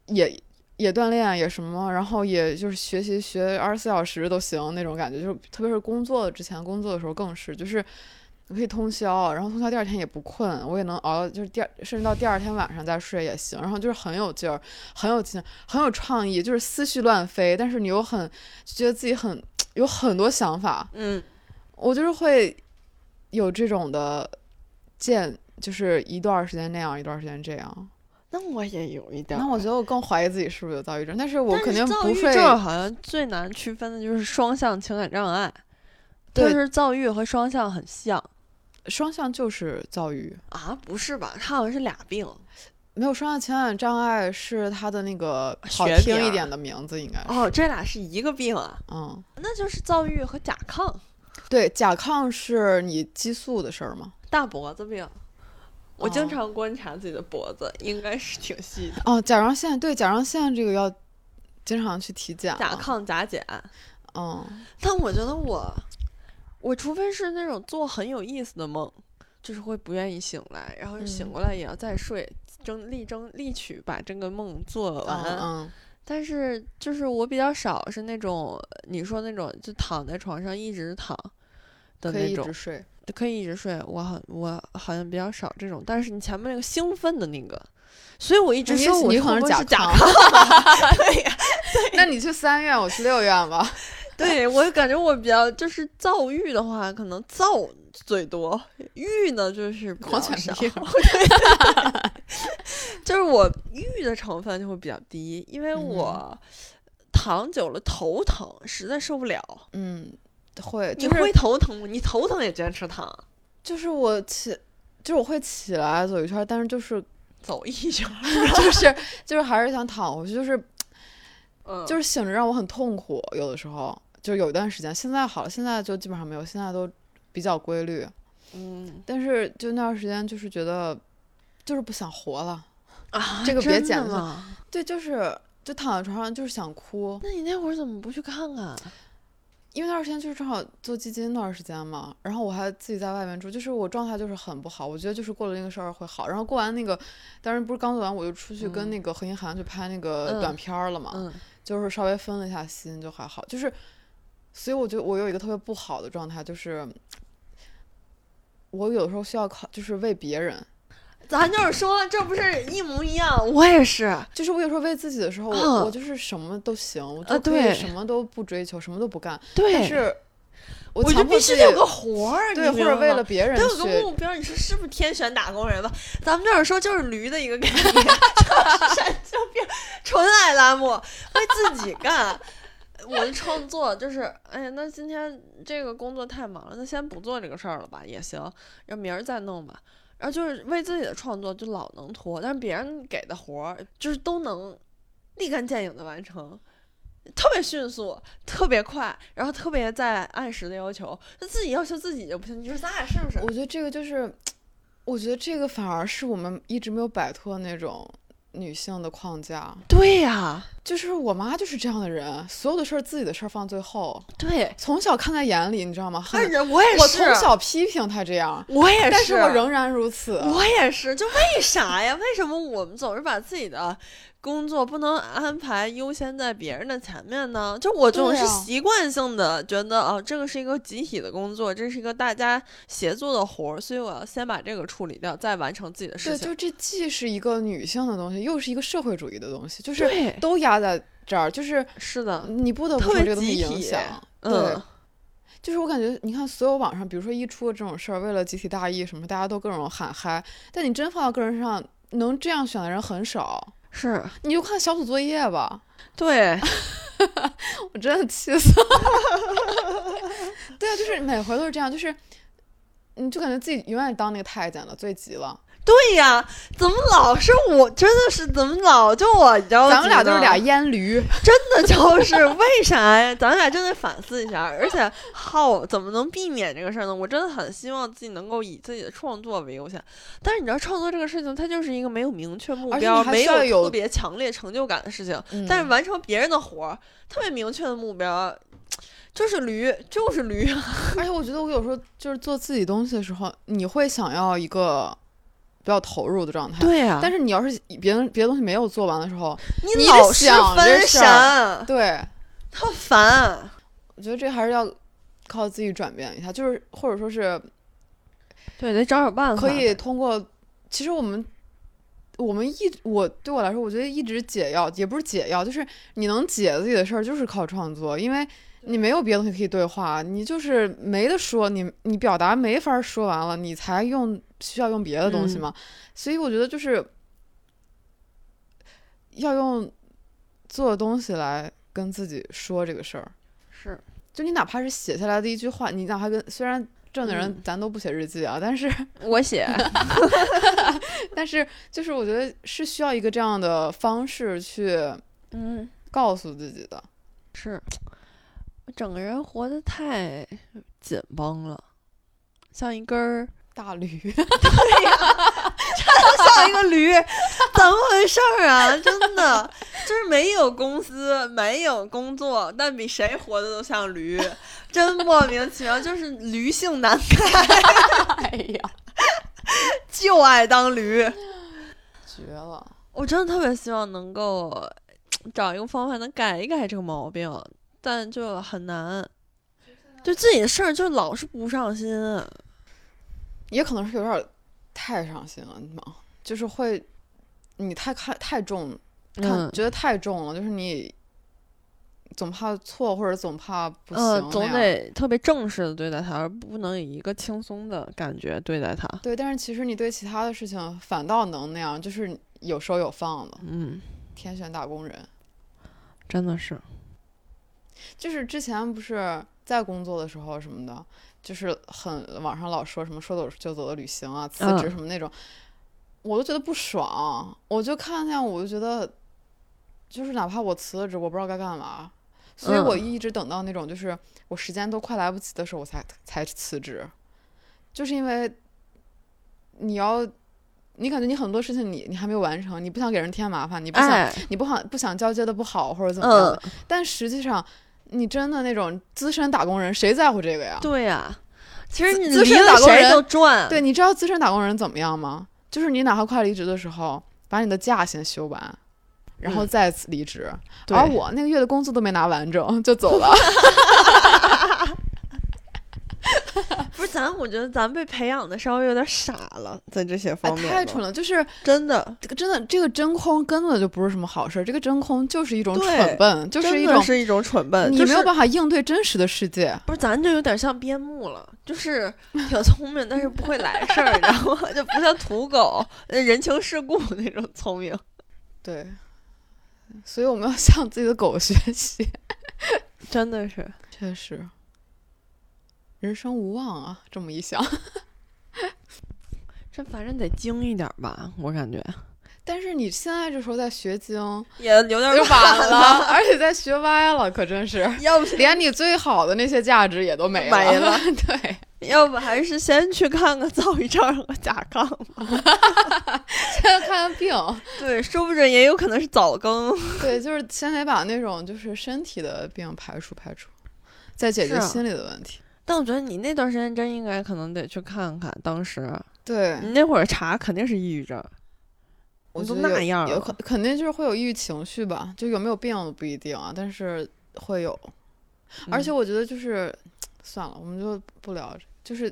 [SPEAKER 3] 也也锻炼也什么，然后也就是学习学二十四小时都行那种感觉，就是特别是工作之前工作的时候更是，就是我可以通宵，然后通宵第二天也不困，我也能熬到就是第二甚至到第二天晚上再睡也行，然后就是很有劲儿，很有劲，很有创意，就是思绪乱飞，但是你又很就觉得自己很有很多想法，
[SPEAKER 1] 嗯，
[SPEAKER 3] 我就是会有这种的见，就是一段儿时间那样，一段儿时间这样。
[SPEAKER 1] 那我也有一点儿。
[SPEAKER 3] 那我觉得我更怀疑自己是不是有躁郁症，但是我
[SPEAKER 1] 但是
[SPEAKER 3] 肯定
[SPEAKER 1] 躁
[SPEAKER 3] 不
[SPEAKER 1] 郁
[SPEAKER 3] 会。
[SPEAKER 1] 症好像最难区分的就是双向情感障碍，就
[SPEAKER 3] 对
[SPEAKER 1] 是躁郁和双向很像
[SPEAKER 3] 双向就是躁郁，
[SPEAKER 1] 啊？不是吧？它好像是俩病。
[SPEAKER 3] 没有双向情感障碍是它的那个好
[SPEAKER 1] 学名
[SPEAKER 3] 听一
[SPEAKER 1] 儿
[SPEAKER 3] 点的名字，应该是。
[SPEAKER 1] 哦，这俩是一个病啊？
[SPEAKER 3] 嗯，
[SPEAKER 1] 那就是躁郁和甲亢、
[SPEAKER 3] 对，甲亢是你激素的事儿吗？
[SPEAKER 1] 大脖子病。我经
[SPEAKER 3] 哦
[SPEAKER 1] 常观察自己的脖子，应该是挺细的。
[SPEAKER 3] 哦，甲状腺，对，甲状腺这个要经常去体检。
[SPEAKER 1] 甲，亢、甲减。
[SPEAKER 3] 嗯，
[SPEAKER 1] 但我觉得我，我除非是那种做很有意思的梦，就是会不愿意醒来，然后醒
[SPEAKER 3] 嗯
[SPEAKER 1] 过来也要再睡，争力争力取把这个梦做完。
[SPEAKER 3] 嗯
[SPEAKER 1] 但是就是我比较少是那种你说那种就躺在床上一直躺的
[SPEAKER 3] 嗯，可以
[SPEAKER 1] 那
[SPEAKER 3] 一
[SPEAKER 1] 种
[SPEAKER 3] 直，睡。
[SPEAKER 1] 可以一直睡。我好我好像比较少这种，但是你前面那个兴奋的那个。所以我一直
[SPEAKER 3] 你
[SPEAKER 1] 说我
[SPEAKER 3] 哎你
[SPEAKER 1] 是
[SPEAKER 3] 可
[SPEAKER 1] 会
[SPEAKER 3] 能
[SPEAKER 1] 不会
[SPEAKER 3] 甲
[SPEAKER 1] 是甲亢， 对呀，
[SPEAKER 3] 那你去三院，我去六院吧。
[SPEAKER 1] 对我感觉我比较就是躁郁的话，可能躁最多，郁呢就是比较
[SPEAKER 3] 狂犬
[SPEAKER 1] 少，
[SPEAKER 3] 病
[SPEAKER 1] 就是我郁的成分就会比较低，因为我躺久了头疼，实在受不了。
[SPEAKER 3] 嗯，会，
[SPEAKER 1] 你
[SPEAKER 3] 就
[SPEAKER 1] 会
[SPEAKER 3] 是
[SPEAKER 1] 头疼吗？你头疼也坚持躺，
[SPEAKER 3] 就是我起，就是我会起来走一圈儿，但是就是
[SPEAKER 1] 走一圈儿。
[SPEAKER 3] 就是就是还是想躺回去，就是
[SPEAKER 1] 嗯，
[SPEAKER 3] 就是醒着让我很痛苦，有的时候就有一段时间，现在好了，现在就基本上没有，现在都比较规律。
[SPEAKER 1] 嗯
[SPEAKER 3] 但是就那段时间，就是觉得就是不想活了，
[SPEAKER 1] 啊
[SPEAKER 3] 这个别剪了
[SPEAKER 1] 了。
[SPEAKER 3] 对，就是就躺在床上就是想哭，
[SPEAKER 1] 那你那会儿怎么不去看啊看？
[SPEAKER 3] 因为那段时间就是正好做基金那段时间嘛，然后我还自己在外面住，就是我状态就是很不好，我觉得就是过了那个事儿会好，然后过完那个，当时不是刚做完我就出去
[SPEAKER 1] 嗯
[SPEAKER 3] 跟那个何英涵去拍那个
[SPEAKER 1] 嗯
[SPEAKER 3] 短片儿了嘛，
[SPEAKER 1] 嗯
[SPEAKER 3] 就是稍微分了一下心就还好，就是，所以我觉得我有一个特别不好的状态，就是我有的时候需要考，就是为别人，
[SPEAKER 1] 咱就是说，这不是一模一样？我也是，
[SPEAKER 3] 就是我有时候为自己的时候，我、
[SPEAKER 1] 嗯
[SPEAKER 3] 我就是什么都行，我
[SPEAKER 1] 啊
[SPEAKER 3] 就可
[SPEAKER 1] 对
[SPEAKER 3] 以什么都不追求，什么都不干，但
[SPEAKER 1] 对，
[SPEAKER 3] 是我
[SPEAKER 1] 我就
[SPEAKER 3] 强迫
[SPEAKER 1] 必
[SPEAKER 3] 自
[SPEAKER 1] 须
[SPEAKER 3] 己
[SPEAKER 1] 得有个活儿，
[SPEAKER 3] 对，
[SPEAKER 1] 你
[SPEAKER 3] 或
[SPEAKER 1] 明白
[SPEAKER 3] 者为
[SPEAKER 1] 吗
[SPEAKER 3] 了别人
[SPEAKER 1] 得有个
[SPEAKER 3] 去。
[SPEAKER 1] 目标，你说是不是天选打工人吧？咱们就是说，就是驴的一个概 念，就是神经病，纯爱栏目，为自己干。我的创作就是，哎呀，那今天这个工作太忙了，那先不做这个事儿了吧，也行，要明儿再弄吧。然后就是为自己的创作就老能拖，但是别人给的活儿就是都能立竿见影的完成，特别迅速，特别快，然后特别在按时的要求。那自己要求自己就不行，你说咱俩是不是？
[SPEAKER 3] 我觉得这个就是，我觉得这个反而是我们一直没有摆脱那种女性的框架。
[SPEAKER 1] 对呀、
[SPEAKER 3] 就是我妈就是这样的人，所有的事儿自己的事儿放最后，
[SPEAKER 1] 对，
[SPEAKER 3] 从小看在眼里，你知道吗？
[SPEAKER 1] 但
[SPEAKER 3] 很，
[SPEAKER 1] 是我也是，
[SPEAKER 3] 我从小批评她这样，
[SPEAKER 1] 我也是，
[SPEAKER 3] 但是我仍然如此。
[SPEAKER 1] 我也是，就为啥呀？为什么我们总是把自己的工作不能安排优先在别人的前面呢？就我总
[SPEAKER 3] 对
[SPEAKER 1] 是
[SPEAKER 3] 啊
[SPEAKER 1] 习惯性的觉得，哦、这个是一个集体的工作，这是一个大家协作的活儿，所以我要先把这个处理掉，再完成自己的
[SPEAKER 3] 对，
[SPEAKER 1] 事情。
[SPEAKER 3] 就这既是一个女性的东西，又是一个社会主义的东西，就是
[SPEAKER 1] 对
[SPEAKER 3] 都压在这儿，就是
[SPEAKER 1] 是的，
[SPEAKER 3] 你不得
[SPEAKER 1] 嗯
[SPEAKER 3] 不
[SPEAKER 1] 特
[SPEAKER 3] 受
[SPEAKER 1] 别
[SPEAKER 3] 这个东西
[SPEAKER 1] 集
[SPEAKER 3] 影
[SPEAKER 1] 体
[SPEAKER 3] 响。对
[SPEAKER 1] 嗯，
[SPEAKER 3] 就是我感觉，你看所有网上，比如说一出这种事儿，为了集体大义什么，大家都各种喊嗨。但你真放到个人身上，能这样选的人很少。
[SPEAKER 1] 是
[SPEAKER 3] 你就看小组作业吧，
[SPEAKER 1] 对，
[SPEAKER 3] 我真的气死了。 对啊，就是每回都是这样，就是你就感觉自己永远当那个太监了，最急了。
[SPEAKER 1] 对呀，怎么老是我？真的是怎么老就我着急呢？
[SPEAKER 3] 咱们俩都是俩烟 驴，
[SPEAKER 1] 真的就是为啥呀？咱俩真的反思一下，而且好怎么能避免这个事儿呢？我真的很希望自己能够以自己的创作为优先，但是你知道，创作这个事情，它就是一个没有明确目
[SPEAKER 3] 而且
[SPEAKER 1] 标、
[SPEAKER 3] 你还
[SPEAKER 1] 没
[SPEAKER 3] 需要有
[SPEAKER 1] 特别强烈成就感的事情。
[SPEAKER 3] 嗯
[SPEAKER 1] 但是完成别人的活儿，特别明确的目标，就是驴，就是驴。啊
[SPEAKER 3] 而且我觉得我有时候就是做自己东西的时候，你会想要一个比较投入的状态。
[SPEAKER 1] 对呀、
[SPEAKER 3] 但是你要是别人别的东西没有做完的时候，
[SPEAKER 1] 你
[SPEAKER 3] 你
[SPEAKER 1] 老
[SPEAKER 3] 得
[SPEAKER 1] 是
[SPEAKER 3] 想这
[SPEAKER 1] 分
[SPEAKER 3] 事儿
[SPEAKER 1] 神，
[SPEAKER 3] 对，
[SPEAKER 1] 特烦。
[SPEAKER 3] 我觉得这还是要靠自己转变一下，就是或者说是
[SPEAKER 1] 对，得找点办
[SPEAKER 3] 可以通过，其实我们。我们一我对我来说，我觉得一直解药也不是解药，就是你能解自己的事儿，就是靠创作，因为你没有别的东西可以对话，你就是没得说，你你表达没法儿说完了，你才用需要用别的东西
[SPEAKER 1] 嗯
[SPEAKER 3] 嘛。所以我觉得就是要用做东西来跟自己说这个事儿。
[SPEAKER 1] 是
[SPEAKER 3] 就你哪怕是写下来的一句话，你哪怕跟虽然正经人
[SPEAKER 1] 嗯
[SPEAKER 3] 咱都不写日记啊，但是
[SPEAKER 1] 我 写，
[SPEAKER 3] 但是就是我觉得是需要一个这样的方式去
[SPEAKER 1] 嗯。
[SPEAKER 3] 告诉自己的。
[SPEAKER 1] 是，我整个人活得太紧绷了，像一根儿，
[SPEAKER 3] 大驴，
[SPEAKER 1] 像一个驴， 怎么回事儿啊？真的，就是没有公司，没有工作，但比谁活得都像驴，真莫名其妙，就是驴性难改，
[SPEAKER 3] 哎呀，
[SPEAKER 1] 就爱当驴。
[SPEAKER 3] 绝了！
[SPEAKER 1] 我真的特别希望能够找一个方法能改一改这个毛病，但就很难。就自己的事儿，就老是不上心。啊
[SPEAKER 3] 也可能是有点儿太上心了，你知道吗？就是会你太看太重，看、
[SPEAKER 1] 嗯，
[SPEAKER 3] 觉得太重了，就是你总怕错或者总怕不行、
[SPEAKER 1] 嗯，总。得特别正式的对待它，而不能以一个轻松的感觉对待它。
[SPEAKER 3] 对，但是其实你对其他的事情反倒能那样，就是有收有放的，
[SPEAKER 1] 嗯，
[SPEAKER 3] 天选打工人。
[SPEAKER 1] 真的是，
[SPEAKER 3] 就是之前不是在工作的时候什么的，就是很网上老说什么说走就走的旅行啊，辞职
[SPEAKER 1] 嗯
[SPEAKER 3] 什么那种，我都觉得不爽。我就看见我就觉得就是哪怕我辞了职，我不知道该干嘛，所以我
[SPEAKER 1] 嗯
[SPEAKER 3] 一直等到那种就是我时间都快来不及的时候，我才才辞职，就是因为你要，你感觉你很多事情你你还没有完成，你不想给人添麻烦，你不想、
[SPEAKER 1] 哎，
[SPEAKER 3] 你不想不想交接的不好或者怎么样的，
[SPEAKER 1] 嗯，
[SPEAKER 3] 但实际上你真的那种资深打工人谁在乎这个呀？
[SPEAKER 1] 对呀、其实
[SPEAKER 3] 资
[SPEAKER 1] 你
[SPEAKER 3] 资
[SPEAKER 1] 离
[SPEAKER 3] 深打
[SPEAKER 1] 了
[SPEAKER 3] 工
[SPEAKER 1] 谁
[SPEAKER 3] 人
[SPEAKER 1] 都赚，
[SPEAKER 3] 对，你知道资深打工人怎么样吗？就是你哪怕快离职的时候，把你的假先休完，然后
[SPEAKER 1] 嗯
[SPEAKER 3] 再次离职。
[SPEAKER 1] 对
[SPEAKER 3] 而我那个月的工资都没拿完整就 走了。哎
[SPEAKER 1] 不是咱，我觉得咱被培养的稍微有点傻了，在这些
[SPEAKER 3] 哎，
[SPEAKER 1] 方面、
[SPEAKER 3] 太蠢
[SPEAKER 1] 了，
[SPEAKER 3] 了！就是
[SPEAKER 1] 真的，
[SPEAKER 3] 这个真的，这个真空根本就不是什么好事儿。这个真空就是一种
[SPEAKER 1] 对
[SPEAKER 3] 蠢笨，就
[SPEAKER 1] 真
[SPEAKER 3] 是一
[SPEAKER 1] 的
[SPEAKER 3] 种
[SPEAKER 1] 是一种蠢笨，
[SPEAKER 3] 你
[SPEAKER 1] 就
[SPEAKER 3] 没有
[SPEAKER 1] 是
[SPEAKER 3] 办法应对真实的世界。
[SPEAKER 1] 不是，咱就有点像边牧了，就是挺聪明，但是不会来事儿，然后 就不像土狗，呃人情世故那种聪明。
[SPEAKER 3] 对，所以我们要向自己的狗学习。
[SPEAKER 1] 真的是，
[SPEAKER 3] 确实，人生无望啊！这么一想。
[SPEAKER 1] 这反正得精一点吧，我感觉
[SPEAKER 3] 但是你现在这时候在学经，
[SPEAKER 1] 也有点
[SPEAKER 3] 就晚
[SPEAKER 1] 晚
[SPEAKER 3] 了，而且在学歪了，可真是
[SPEAKER 1] 要不
[SPEAKER 3] 连你最好的那些价值也都没了。
[SPEAKER 1] 没了
[SPEAKER 3] 对，
[SPEAKER 1] 要不还是先去看看躁郁症和甲亢吧，
[SPEAKER 3] 先看看病，
[SPEAKER 1] 对，说不准也有可能是早更。
[SPEAKER 3] 对，就是先得把那种就是身体的病排除排除，再解决
[SPEAKER 1] 是啊
[SPEAKER 3] 心理的问题。
[SPEAKER 1] 但我觉得你那段时间真应该可能得去看看，当时
[SPEAKER 3] 对，
[SPEAKER 1] 你那会儿查肯定是抑郁症，
[SPEAKER 3] 我
[SPEAKER 1] 你
[SPEAKER 3] 觉
[SPEAKER 1] 都
[SPEAKER 3] 得
[SPEAKER 1] 那
[SPEAKER 3] 有
[SPEAKER 1] 样
[SPEAKER 3] 有
[SPEAKER 1] 了
[SPEAKER 3] 肯肯定就是会有抑郁情绪吧，就有没有病不一定啊，但是会有。而且
[SPEAKER 1] 嗯
[SPEAKER 3] 我觉得就是，算了，我们就不聊这，就是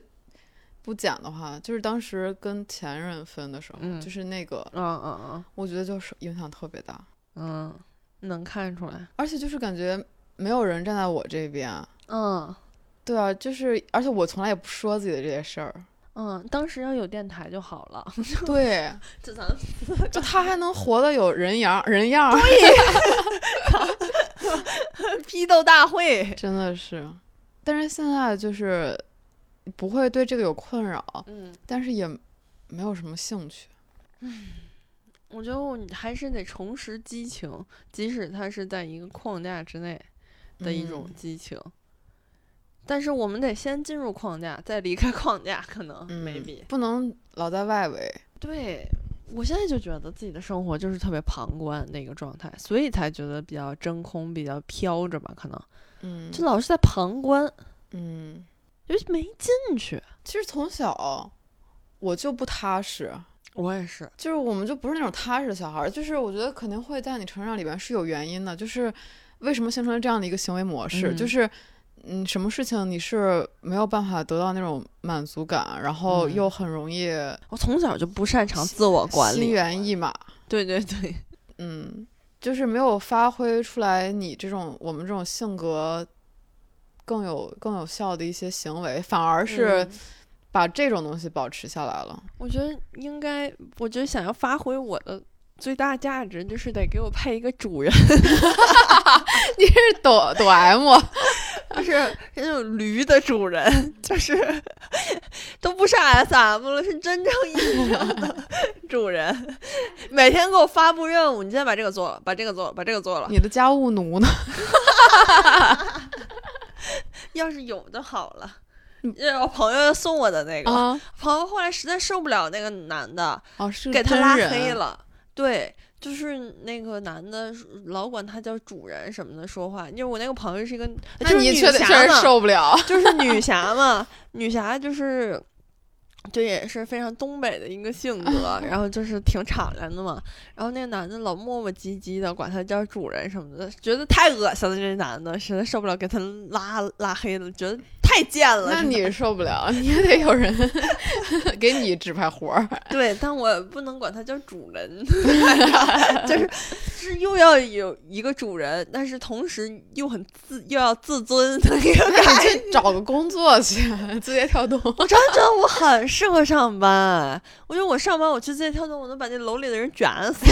[SPEAKER 3] 不讲的话，就是当时跟前任分的时候，
[SPEAKER 1] 嗯
[SPEAKER 3] 就是那个，
[SPEAKER 1] 嗯嗯嗯
[SPEAKER 3] 我觉得就是影响特别大，
[SPEAKER 1] 嗯，能看出来，
[SPEAKER 3] 而且就是感觉没有人站在我这边，
[SPEAKER 1] 嗯
[SPEAKER 3] 对啊，就是而且我从来也不说自己的这些事儿，
[SPEAKER 1] 嗯，当时要有电台就好了，
[SPEAKER 3] 对，
[SPEAKER 1] 这咱 们
[SPEAKER 3] 就他还能活得有人样儿人样儿，
[SPEAKER 1] 批斗大 会，
[SPEAKER 3] 真的是，但是现在就是不会对这个有困扰，
[SPEAKER 1] 嗯，
[SPEAKER 3] 但是也没有什么兴趣。
[SPEAKER 1] 我觉得我还是得重拾激情，即使它是在一个框架之内的一种激情。但是我们得先进入框架，再离开框架，可能
[SPEAKER 3] 嗯，
[SPEAKER 1] 没
[SPEAKER 3] 嗯
[SPEAKER 1] 比。
[SPEAKER 3] 不能老在外围，
[SPEAKER 1] 对我现在就觉得自己的生活就是特别旁观的一个状态，所以才觉得比较真空，比较飘着吧，可能
[SPEAKER 3] 嗯，
[SPEAKER 1] 就老是在旁观，
[SPEAKER 3] 嗯，
[SPEAKER 1] 就没进去。
[SPEAKER 3] 其实从小我就不踏实，
[SPEAKER 1] 我也是，
[SPEAKER 3] 就是我们就不是那种踏实的小孩儿，就是我觉得肯定会在你成长里边是有原因的，就是为什么形成了这样的一个行为模式，
[SPEAKER 1] 嗯
[SPEAKER 3] 就是。嗯，什么事情你是没有办法得到那种满足感，然后
[SPEAKER 1] 嗯
[SPEAKER 3] 又很容易
[SPEAKER 1] 我从小就不擅长自我管
[SPEAKER 3] 心
[SPEAKER 1] 理。
[SPEAKER 3] 猿意马，
[SPEAKER 1] 对对 对，
[SPEAKER 3] 嗯，就是没有发挥出来你这种我们这种性格更有更有效的一些行为，反而是
[SPEAKER 1] 嗯
[SPEAKER 3] 把这种东西保持下来了。
[SPEAKER 1] 我觉得应该，我觉得想要发挥我的最大价值，就是得给我配一个主人，
[SPEAKER 3] 你是抖抖 M，
[SPEAKER 1] 就是那种驴的主人， 就是都不是 S M 了，是真正意义上的主人。 每天给我发布任务，你今天把这个做了，把这个做了，把这个做了。
[SPEAKER 3] 你的家务奴呢？
[SPEAKER 1] 要是有的好了。要我朋友送我的那个，
[SPEAKER 3] 啊，
[SPEAKER 1] 朋友后来实在受不了那个男的，
[SPEAKER 3] 哦，是
[SPEAKER 1] 给他
[SPEAKER 3] 真
[SPEAKER 1] 拉
[SPEAKER 3] 人
[SPEAKER 1] 黑。了。对，就是那个男的老管他叫主人什么的说话，因为我那个朋友是一个，
[SPEAKER 3] 那
[SPEAKER 1] 就是
[SPEAKER 3] 你
[SPEAKER 1] 女
[SPEAKER 3] 确确
[SPEAKER 1] 侠
[SPEAKER 3] 实
[SPEAKER 1] 嘛，
[SPEAKER 3] 受不 了。
[SPEAKER 1] 就是女侠嘛，女侠就是。就也是非常东北的一个性 格，然后就是挺敞亮的嘛。然后那个男的老磨磨唧唧的，管他叫主人什么的，觉得太恶心了。这男的实在受不了，给他拉拉黑了，觉得太贱了。
[SPEAKER 3] 那
[SPEAKER 1] 真的
[SPEAKER 3] 你受不了，你也得有人 给你指派活 儿。
[SPEAKER 1] 对，但我不能管它叫主人， 就是是又要有一个主人，但是同时又很自又要自尊的一个
[SPEAKER 3] 那
[SPEAKER 1] 感
[SPEAKER 3] 你
[SPEAKER 1] 觉。
[SPEAKER 3] 去找个工作去，字节跳动。
[SPEAKER 1] 我 真的觉得我很适合上班，我觉得我上班我去字节跳动，我能把那楼里的人卷死。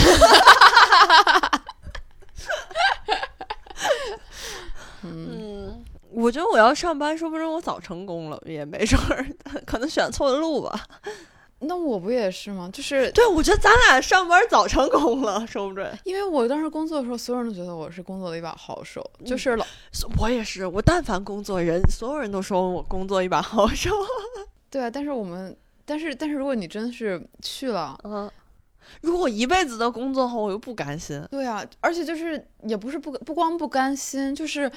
[SPEAKER 3] 嗯，
[SPEAKER 1] 嗯，我觉得 我要上班，说不准我早成功了，也没准儿，可能选错路吧。
[SPEAKER 3] 那我不也是吗？就是
[SPEAKER 2] 对，我觉得咱俩上班早成功了，说不准。
[SPEAKER 3] 因为我当时工作的时候，所有人都觉得我是工作的一把好手，就
[SPEAKER 2] 嗯
[SPEAKER 3] 是老
[SPEAKER 2] 我也是，我但凡工作人，所有人都说我工作一把好 手。
[SPEAKER 3] 对啊。但是我们，但是但是如果你真是去了，
[SPEAKER 2] 嗯，如果我一辈子都工作后，我又不甘心。
[SPEAKER 3] 对啊，而且就是也不是不不光不甘心，就是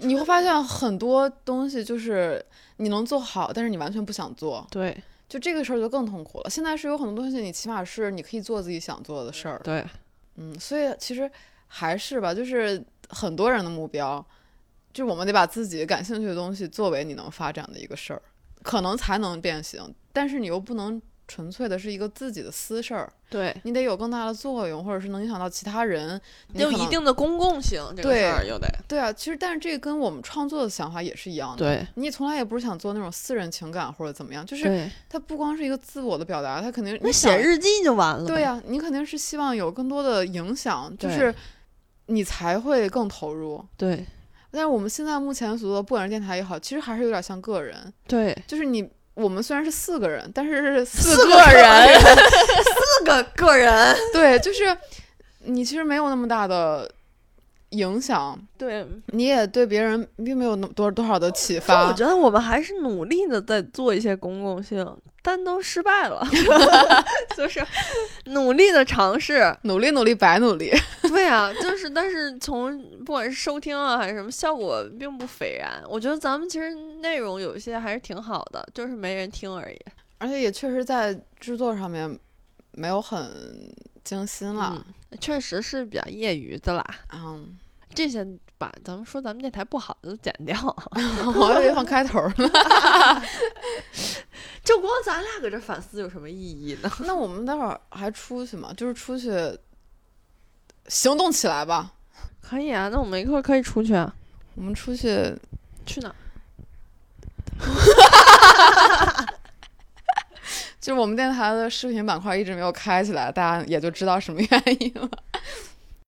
[SPEAKER 3] 你会发现很多东西就是你能做好，但是你完全不想做，
[SPEAKER 2] 对
[SPEAKER 3] 就这个事儿就更痛苦了。现在是有很多东西，你起码是你可以做自己想做的事儿，
[SPEAKER 2] 对，
[SPEAKER 3] 嗯，所以其实还是吧，就是很多人的目标，就是我们得把自己感兴趣的东西作为你能发展的一个事儿，可能才能变形，但是你又不能纯粹的是一个自己的私事儿，
[SPEAKER 2] 对，
[SPEAKER 3] 你得有更大的作用，或者是能影响到其他人，你
[SPEAKER 2] 有
[SPEAKER 3] 可
[SPEAKER 2] 一
[SPEAKER 3] 能
[SPEAKER 2] 定的公共性，这个
[SPEAKER 3] 对
[SPEAKER 2] 事儿又得
[SPEAKER 3] 对啊。其实，但是这个跟我们创作的想法也是一样的。
[SPEAKER 2] 对
[SPEAKER 3] 你从来也不是想做那种私人情感或者怎么样，就是
[SPEAKER 2] 对。
[SPEAKER 3] 它不光是一个自我的表达，它肯定
[SPEAKER 2] 那
[SPEAKER 3] 你
[SPEAKER 2] 写
[SPEAKER 3] 想
[SPEAKER 2] 日记就完了。
[SPEAKER 3] 对、呀、你肯定是希望有更多的影响，就
[SPEAKER 2] 对
[SPEAKER 3] 是你才会更投入。
[SPEAKER 2] 对
[SPEAKER 3] 但是我们现在目前所做的，不管是电台也好，其实还是有点像个人，
[SPEAKER 2] 对，
[SPEAKER 3] 就是你我们虽然是四个人，但是是四
[SPEAKER 2] 个
[SPEAKER 3] 个人，
[SPEAKER 2] 四个个人，
[SPEAKER 3] 对，就是你其实没有那么大的影响，
[SPEAKER 2] 对，
[SPEAKER 3] 你也 对别人并没有那么多多少的启
[SPEAKER 2] 所以我
[SPEAKER 3] 发。
[SPEAKER 2] 觉得我们还是努力的在做一些公共性，但都失败 了， 就是努力的尝试。
[SPEAKER 3] 努力努力白努力，
[SPEAKER 2] 对啊，就是但是从不管是收听啊还是什么，效果并不斐然。我觉得咱们其实内容有一些还是挺好的，就是没人听而已。
[SPEAKER 3] 而且也确实在制作上面没有很精心了。
[SPEAKER 2] 嗯，确实是比较业余的啦。
[SPEAKER 3] 嗯，
[SPEAKER 2] 这些把咱们说咱们电台不好的都剪掉，
[SPEAKER 3] 啊我以为放开头了。
[SPEAKER 2] 就光咱俩搁这反思有什么意义呢？
[SPEAKER 3] 那我们待会儿还出去吗？就是出去行动起来吧。
[SPEAKER 2] 可以啊，那我们一会儿可以出去啊，
[SPEAKER 3] 我们出去，
[SPEAKER 2] 去哪儿？
[SPEAKER 3] 就是我们电台的视频板块一直没有开起来，大家也就知道什么原因了。